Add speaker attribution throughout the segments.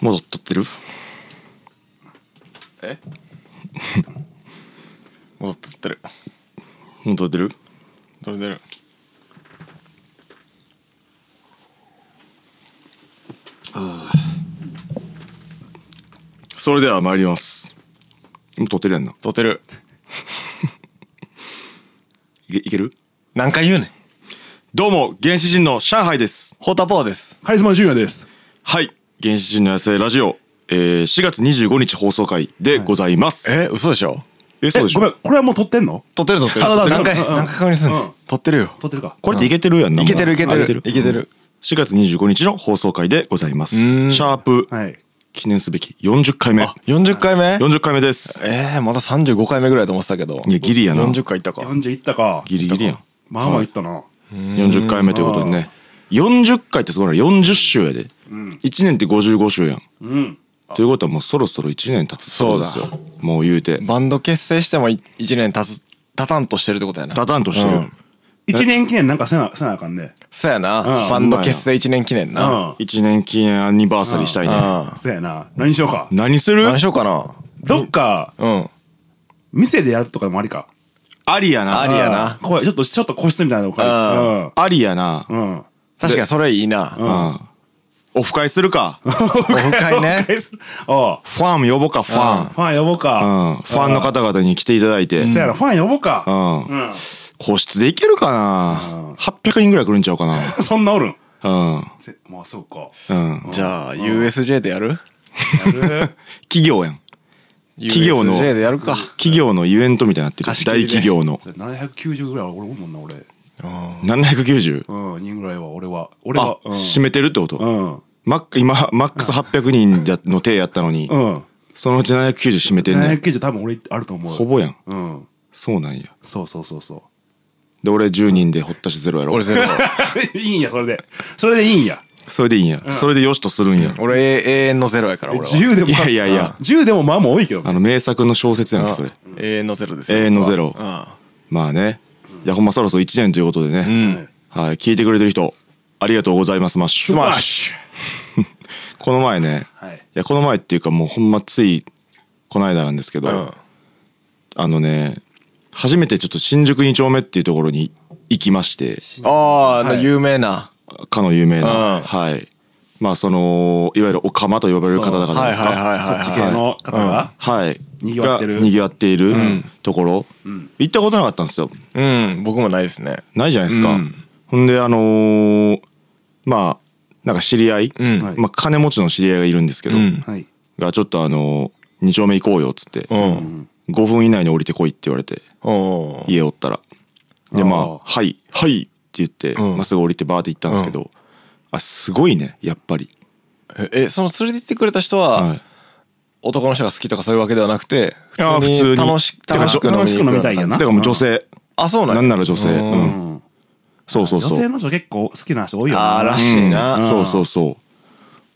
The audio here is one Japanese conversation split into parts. Speaker 1: 戻っとってる
Speaker 2: え
Speaker 1: 戻っとってる戻ってる
Speaker 2: どれ出る
Speaker 1: それでは参りますもう撮ってるやんな
Speaker 2: 撮ってる
Speaker 1: いけいける
Speaker 2: 何回言うねん
Speaker 1: どうも原始人の上海です
Speaker 2: ホタポーです
Speaker 3: カリスマ純也です。
Speaker 1: はい原始人の野生ラジオ、えー、4月25日放送回でございます、
Speaker 2: え嘘でしょ
Speaker 1: えそうでし
Speaker 3: ごめん、
Speaker 1: ょ
Speaker 3: これはもう撮ってんの
Speaker 2: 撮ってる撮ってる
Speaker 3: あだ
Speaker 2: 何回
Speaker 3: うん
Speaker 2: 何回確認すん
Speaker 3: う
Speaker 2: の
Speaker 3: ん
Speaker 2: 撮ってるよ
Speaker 3: 撮ってるか。
Speaker 1: これっていけてるやんない
Speaker 2: けてるいけてるいけてる
Speaker 1: 4月25日の放送回でございますシ
Speaker 2: ん
Speaker 1: ャープ
Speaker 3: はい。
Speaker 1: 記念すべき40回目
Speaker 2: あ40回目
Speaker 1: 40回目です
Speaker 2: えーまだ35回目ぐらいと思ってたけど
Speaker 1: いやギリやな
Speaker 2: 40回いったか
Speaker 3: 40いったか。
Speaker 1: ギリギリやん
Speaker 3: まあまあいったな。
Speaker 1: 40回目ということでね40回ってすごいな40週やで1年って55週やん
Speaker 3: うん。
Speaker 1: ということはもうそろそろ1年経つってことです
Speaker 2: そ
Speaker 1: よもう言うて
Speaker 2: バンド結成しても1年経つたたんとしてるってことやな
Speaker 1: タタンとして
Speaker 2: う
Speaker 1: る
Speaker 2: ん
Speaker 3: 一年記念なんかせな、せなあかんね。
Speaker 2: そうやな
Speaker 3: うん
Speaker 2: バンド結成1年記念
Speaker 3: う。
Speaker 2: なん
Speaker 1: 1年記念アニバーサリーしたいね
Speaker 2: あ
Speaker 3: そうやな。何しようか。
Speaker 1: 何する
Speaker 2: 何しようかな
Speaker 3: どっか、
Speaker 2: うん
Speaker 3: 店でやるとかでもありか。
Speaker 1: ありやな
Speaker 2: ありやな
Speaker 3: うんこれ、ちょっと、ちょっと個室みたいなのを借
Speaker 2: あ
Speaker 3: り
Speaker 1: ありやな
Speaker 3: て。うん。うん。
Speaker 2: 確かにそれいいな
Speaker 1: う
Speaker 2: オ
Speaker 1: んオフ会するかフ
Speaker 2: フ会ね
Speaker 3: おう
Speaker 1: ァン呼ぼうかファン
Speaker 3: ファン呼ぼう
Speaker 1: うん
Speaker 3: か。
Speaker 1: ファンの方々に来ていただいて
Speaker 3: そうやな、ファン呼ぼうか。
Speaker 1: う
Speaker 3: うんん。
Speaker 1: 個室でいけるかな800人ぐらい来るんちゃうかな
Speaker 3: そんなおるん。
Speaker 1: うん
Speaker 3: せまあそうか。
Speaker 1: うん
Speaker 2: じゃあ USJ でやる
Speaker 1: 企業やん企業の
Speaker 2: USJ でやるか
Speaker 1: 企業のイベントみたいになってる
Speaker 2: 貸し切
Speaker 1: 大
Speaker 2: りで
Speaker 1: 企業の
Speaker 3: それ790ぐらいは俺おるもんな、俺。
Speaker 1: 790
Speaker 3: うん、人ぐらいは俺は。俺
Speaker 1: あ
Speaker 3: は。うん
Speaker 1: 閉めてるってこと
Speaker 3: うん。
Speaker 1: マック今マックス800人だの手やったのに
Speaker 3: うん。
Speaker 1: そのうち790閉めてんねん
Speaker 3: 790多分俺あると思う。
Speaker 1: ほ。ぼやん
Speaker 3: うん。
Speaker 1: そうなんや
Speaker 3: そうそうそうそ
Speaker 1: で俺10人でほったしゼロやろ
Speaker 2: 俺ゼロ
Speaker 3: う。いいんや、それで。それでいいんや。
Speaker 1: それでいいんやそれでよしとするんや
Speaker 2: 俺永遠のゼロやから俺は
Speaker 3: 10でも。
Speaker 1: いやいやいや
Speaker 3: うん。10でもまあまあ多いけど
Speaker 1: あ
Speaker 3: ね。
Speaker 1: の名作の小説やん
Speaker 2: う
Speaker 1: か
Speaker 2: ん
Speaker 1: それ
Speaker 2: 永遠のゼロですよ
Speaker 1: 永遠のゼロ
Speaker 2: 僕は
Speaker 1: まあねいやほんまそろそろ1年ということで
Speaker 2: う
Speaker 1: ね
Speaker 2: ん
Speaker 3: はい
Speaker 1: はい聞いてくれてる人ありがとうございますマッシュ
Speaker 2: スマッ
Speaker 3: シ
Speaker 1: この前ね
Speaker 3: はい
Speaker 1: いやこの前っていうかもうほんまついこの間なんですけ
Speaker 2: う
Speaker 1: ど
Speaker 2: ん
Speaker 1: あのね初めてちょっと新宿2丁目っていうところに行きまして
Speaker 2: あああの
Speaker 3: はい
Speaker 2: 有名な
Speaker 1: かの有名
Speaker 2: う
Speaker 1: なんはいまあそのいわゆるオカマと呼ばれる方々
Speaker 2: はいはい
Speaker 1: です
Speaker 2: はい
Speaker 1: か
Speaker 2: はいはい
Speaker 3: 地形の方が。
Speaker 1: はい
Speaker 3: 賑わってる
Speaker 1: が賑わっているところ行ったことなかったんですよ
Speaker 2: うん僕もないですね
Speaker 1: ないじゃないですか
Speaker 2: うん
Speaker 1: ほんであのーまあなんか知り合い
Speaker 2: うん
Speaker 3: はい
Speaker 1: まあ金持ちの知り合いがいるんですけど
Speaker 2: うん
Speaker 3: はい。
Speaker 1: がちょっとあの2丁目行こうよっつって
Speaker 2: う
Speaker 3: うんん。
Speaker 1: 5分以内に降りてこいって言われて
Speaker 2: おー
Speaker 1: 家おったらで
Speaker 3: あー
Speaker 1: まあ「はいはい」って言って、
Speaker 2: うん
Speaker 1: まっすぐ降りてバーって行ったんですけど、あすごいねやっぱり、
Speaker 2: ええその連れて行ってくれた人
Speaker 1: は、
Speaker 2: はい男の人が好きとかそういうわけではなくて
Speaker 1: あー
Speaker 2: 普通
Speaker 1: 普通
Speaker 2: に
Speaker 1: に
Speaker 2: 楽し
Speaker 1: てか
Speaker 2: 楽しく飲みに行くよう
Speaker 3: 楽しく飲みたいんや
Speaker 1: だか
Speaker 2: 感
Speaker 3: な
Speaker 2: じ
Speaker 1: らもう女性
Speaker 2: あそうな
Speaker 1: な
Speaker 2: んや
Speaker 1: んなら女性
Speaker 2: うん
Speaker 1: う
Speaker 3: うんん。
Speaker 1: そうそうそう
Speaker 3: 女性の人結構好きな人多いよな。
Speaker 2: あーら
Speaker 1: う
Speaker 2: しい
Speaker 1: ん
Speaker 2: な
Speaker 1: そうそうそう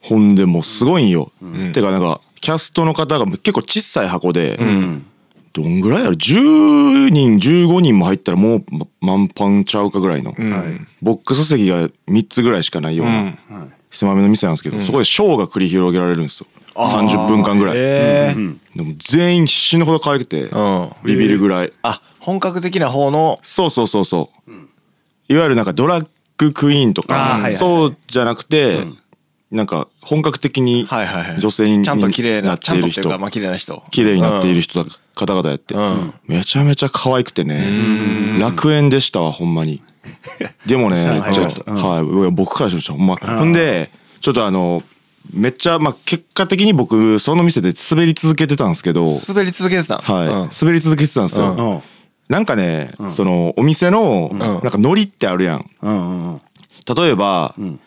Speaker 1: ほんでもうすごいんよ、
Speaker 2: ん
Speaker 1: てかなんかキャストの方が結構小さい箱で、
Speaker 3: うん。
Speaker 1: どんぐらいやろ10人15人も入ったらもうま満帆ちゃうかぐらいの、
Speaker 2: うん
Speaker 3: はい
Speaker 1: ボックス席が3つぐらいしかないような、
Speaker 2: うん
Speaker 3: はい。
Speaker 1: 狭めの店なんですけど、そこでショーが繰り広げられるんですよ
Speaker 2: あー
Speaker 1: 30分間ぐらい、
Speaker 2: へ
Speaker 3: う
Speaker 2: ー
Speaker 3: ん。
Speaker 1: でも全員死ぬほど可愛くて、
Speaker 2: うん
Speaker 1: ビビるぐらい
Speaker 2: あ本格的な方の
Speaker 1: そうそうそうそう、いわゆるなんかドラッグクイーンと
Speaker 3: あーは
Speaker 1: か、
Speaker 3: いはいはい
Speaker 1: そうじゃなくて、なんか本格的に
Speaker 2: はいはいはい
Speaker 1: 女性に
Speaker 2: ちゃんと綺麗
Speaker 1: な
Speaker 2: な
Speaker 1: っ
Speaker 2: ちゃ
Speaker 1: て
Speaker 2: ん
Speaker 1: い
Speaker 2: と
Speaker 1: る
Speaker 2: ってい
Speaker 1: 人
Speaker 2: うかまあ綺麗な人
Speaker 1: 綺麗になっている人だ方々やって、
Speaker 2: うん
Speaker 1: めちゃめちゃ可愛くてね楽園でしたわほんま にでもね
Speaker 3: 上海
Speaker 1: ちょ
Speaker 3: は
Speaker 1: っと
Speaker 3: うん
Speaker 1: はいいや僕からしましたほんまほんでちょっとあのめっちゃまあ結果的に僕その店で滑り続けてたんですけどはい
Speaker 2: 滑り続けてたうん
Speaker 1: 滑り続けてたんです
Speaker 2: う
Speaker 1: よ
Speaker 3: うん。
Speaker 1: なんかねそのお店の
Speaker 2: ん
Speaker 1: なんかノリってあるやん
Speaker 3: うんうんうん。
Speaker 1: 例えば
Speaker 3: うん。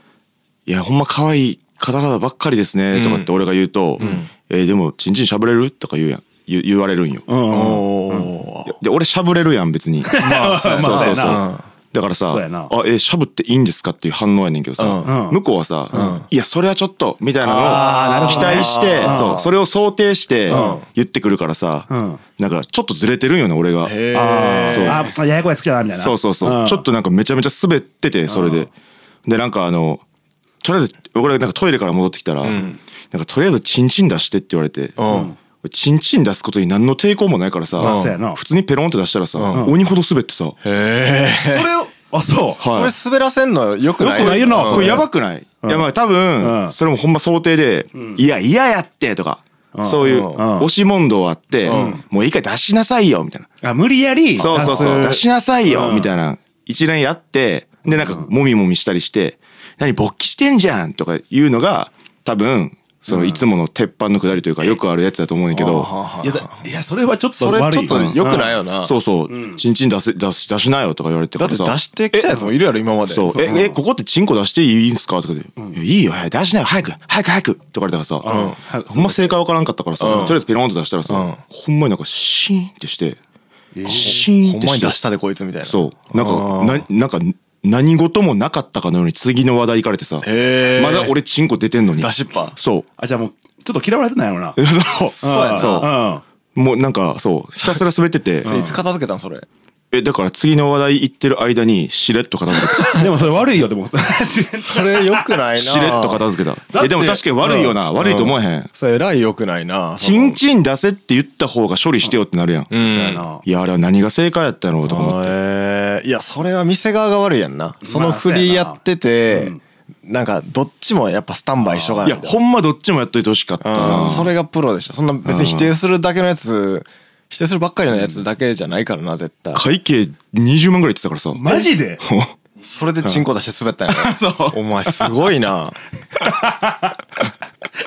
Speaker 1: いやほんま可愛い方々ばっかりですねとかって俺が言うと「えーでもちんちんしゃぶれる?」とか言うやん言言われるんよ
Speaker 3: うんうん。
Speaker 2: おー
Speaker 1: で俺しゃぶれるやん別に
Speaker 2: まあそうやな
Speaker 3: ま
Speaker 1: そ
Speaker 3: あ
Speaker 1: うそう
Speaker 3: そ
Speaker 1: そうう
Speaker 3: や
Speaker 1: だからさ
Speaker 3: そうやな
Speaker 1: あえしゃぶっていいんですかっていう反応やねんけどさ
Speaker 3: うん
Speaker 1: 向こうはさいやそれはちょっとみたい
Speaker 3: あー
Speaker 1: な
Speaker 3: な
Speaker 1: の
Speaker 3: る
Speaker 1: を
Speaker 3: ほ
Speaker 1: 期
Speaker 3: どね
Speaker 1: 待して
Speaker 2: あー
Speaker 1: そうそれを想定して
Speaker 3: ん
Speaker 1: 言ってくるからさ
Speaker 3: うん
Speaker 1: なんかちょっとずれてるんよね俺が
Speaker 2: へえ
Speaker 1: そう
Speaker 3: あーあ、ややこやつきだな、みたいな。
Speaker 1: そうそうそうちょっ
Speaker 3: と。
Speaker 1: となんかめちゃめちゃ滑っててそれででなんかあのとりあえず俺なんかトイレから戻ってきたら、なんかとりあえずチンチン出してって言われて、
Speaker 2: うん
Speaker 1: チンチン出すことに何の抵抗もないからさ、
Speaker 3: まあそうやな
Speaker 1: 普通にペロンって出したらさ、
Speaker 2: ん
Speaker 1: 鬼ほど滑ってさ、
Speaker 2: へえ。
Speaker 3: それをあそう
Speaker 1: はい
Speaker 2: それ滑らせんのよくない
Speaker 3: 良くないよな
Speaker 2: うん
Speaker 1: これやばくない、いやまあ多分、
Speaker 3: うん
Speaker 1: それもほんま想定で「いや嫌やって」とか、そういう
Speaker 2: うん
Speaker 1: 押し問答あって、もう一回出しなさいよ」みたいな
Speaker 3: あ無理や
Speaker 1: 「
Speaker 3: り
Speaker 1: そうそうそう
Speaker 3: 出
Speaker 1: 出
Speaker 3: す
Speaker 1: しなさいよ」
Speaker 3: うん
Speaker 1: みたいな一連やってでなんかもみもみしたりして「何勃起してんじゃん」とか言うのが多分そのいつもの鉄板のくだりというかよくあるやつだと思うんやけ
Speaker 2: あー
Speaker 1: ど。
Speaker 2: はーはい
Speaker 3: やだいやそれはちょっと
Speaker 2: それ
Speaker 3: 悪い
Speaker 2: ちょっと
Speaker 3: うん
Speaker 2: 良くないよな。
Speaker 1: そうそう、チンチン出せ出し出しなよとか言われて
Speaker 2: だって出してきたやつもいるやろ、今まで。
Speaker 1: そう
Speaker 2: そ。う
Speaker 1: え、え、ここってチンコ出していいんすかとかで、いやいいよ、はい出しなよ、早く、早く、早くって言われたからさ、
Speaker 3: うん
Speaker 1: ほんま正解わからんかったからさ、
Speaker 2: うん
Speaker 1: とりあえずピロンと出したらさ、
Speaker 2: うん
Speaker 1: ほんまになんかシーンってして、シーンっ
Speaker 2: ほん
Speaker 1: て
Speaker 2: ま
Speaker 1: し
Speaker 2: に
Speaker 1: て
Speaker 2: 出、したで、こいつみたいな。
Speaker 1: そう、なん
Speaker 2: あ
Speaker 1: か、
Speaker 2: ー
Speaker 1: な、なんか、何事もなかったかのように次の話題行かれてさ、
Speaker 2: へー
Speaker 1: まだ俺チンコ出てんのに。
Speaker 2: 出しっぱ
Speaker 1: そう。
Speaker 3: あじゃあもうちょっと嫌われてないの な
Speaker 1: そう
Speaker 2: そうやな
Speaker 1: そもうなんか、そう、ひたすら滑ってて、
Speaker 2: いつ片付けたん、それ。
Speaker 1: え、だから次の話題行ってる間に、しれっと片付け た。
Speaker 3: うんでもそれ悪いよでも そ
Speaker 2: それ良くないな。
Speaker 1: しれっと片付け。
Speaker 3: だったて
Speaker 1: え、でも確かに悪いよな、悪いと思えへん。
Speaker 2: それ偉い良くないな。その
Speaker 1: チンチン出せって言った方が処理してよってなるやん。
Speaker 2: う
Speaker 1: い
Speaker 3: うんやな
Speaker 1: や、あれは何が正解やったのとか思って。
Speaker 2: へえいやそれは店側が悪いやんなその振りやってて、なんかどっちもやっぱスタンバイしとか
Speaker 1: い
Speaker 2: ない
Speaker 1: や、
Speaker 2: と
Speaker 1: ほんまどっちもやっといてほしかった
Speaker 2: うん
Speaker 1: な。
Speaker 2: それがプロでしょそんな別に否定するだけのやつ否定するばっかりのやつだけじゃないからな絶対
Speaker 1: 会計20万ぐらい言ってたからさ。
Speaker 3: マジで
Speaker 2: それでチンコ出して滑ったんやろお前すごいな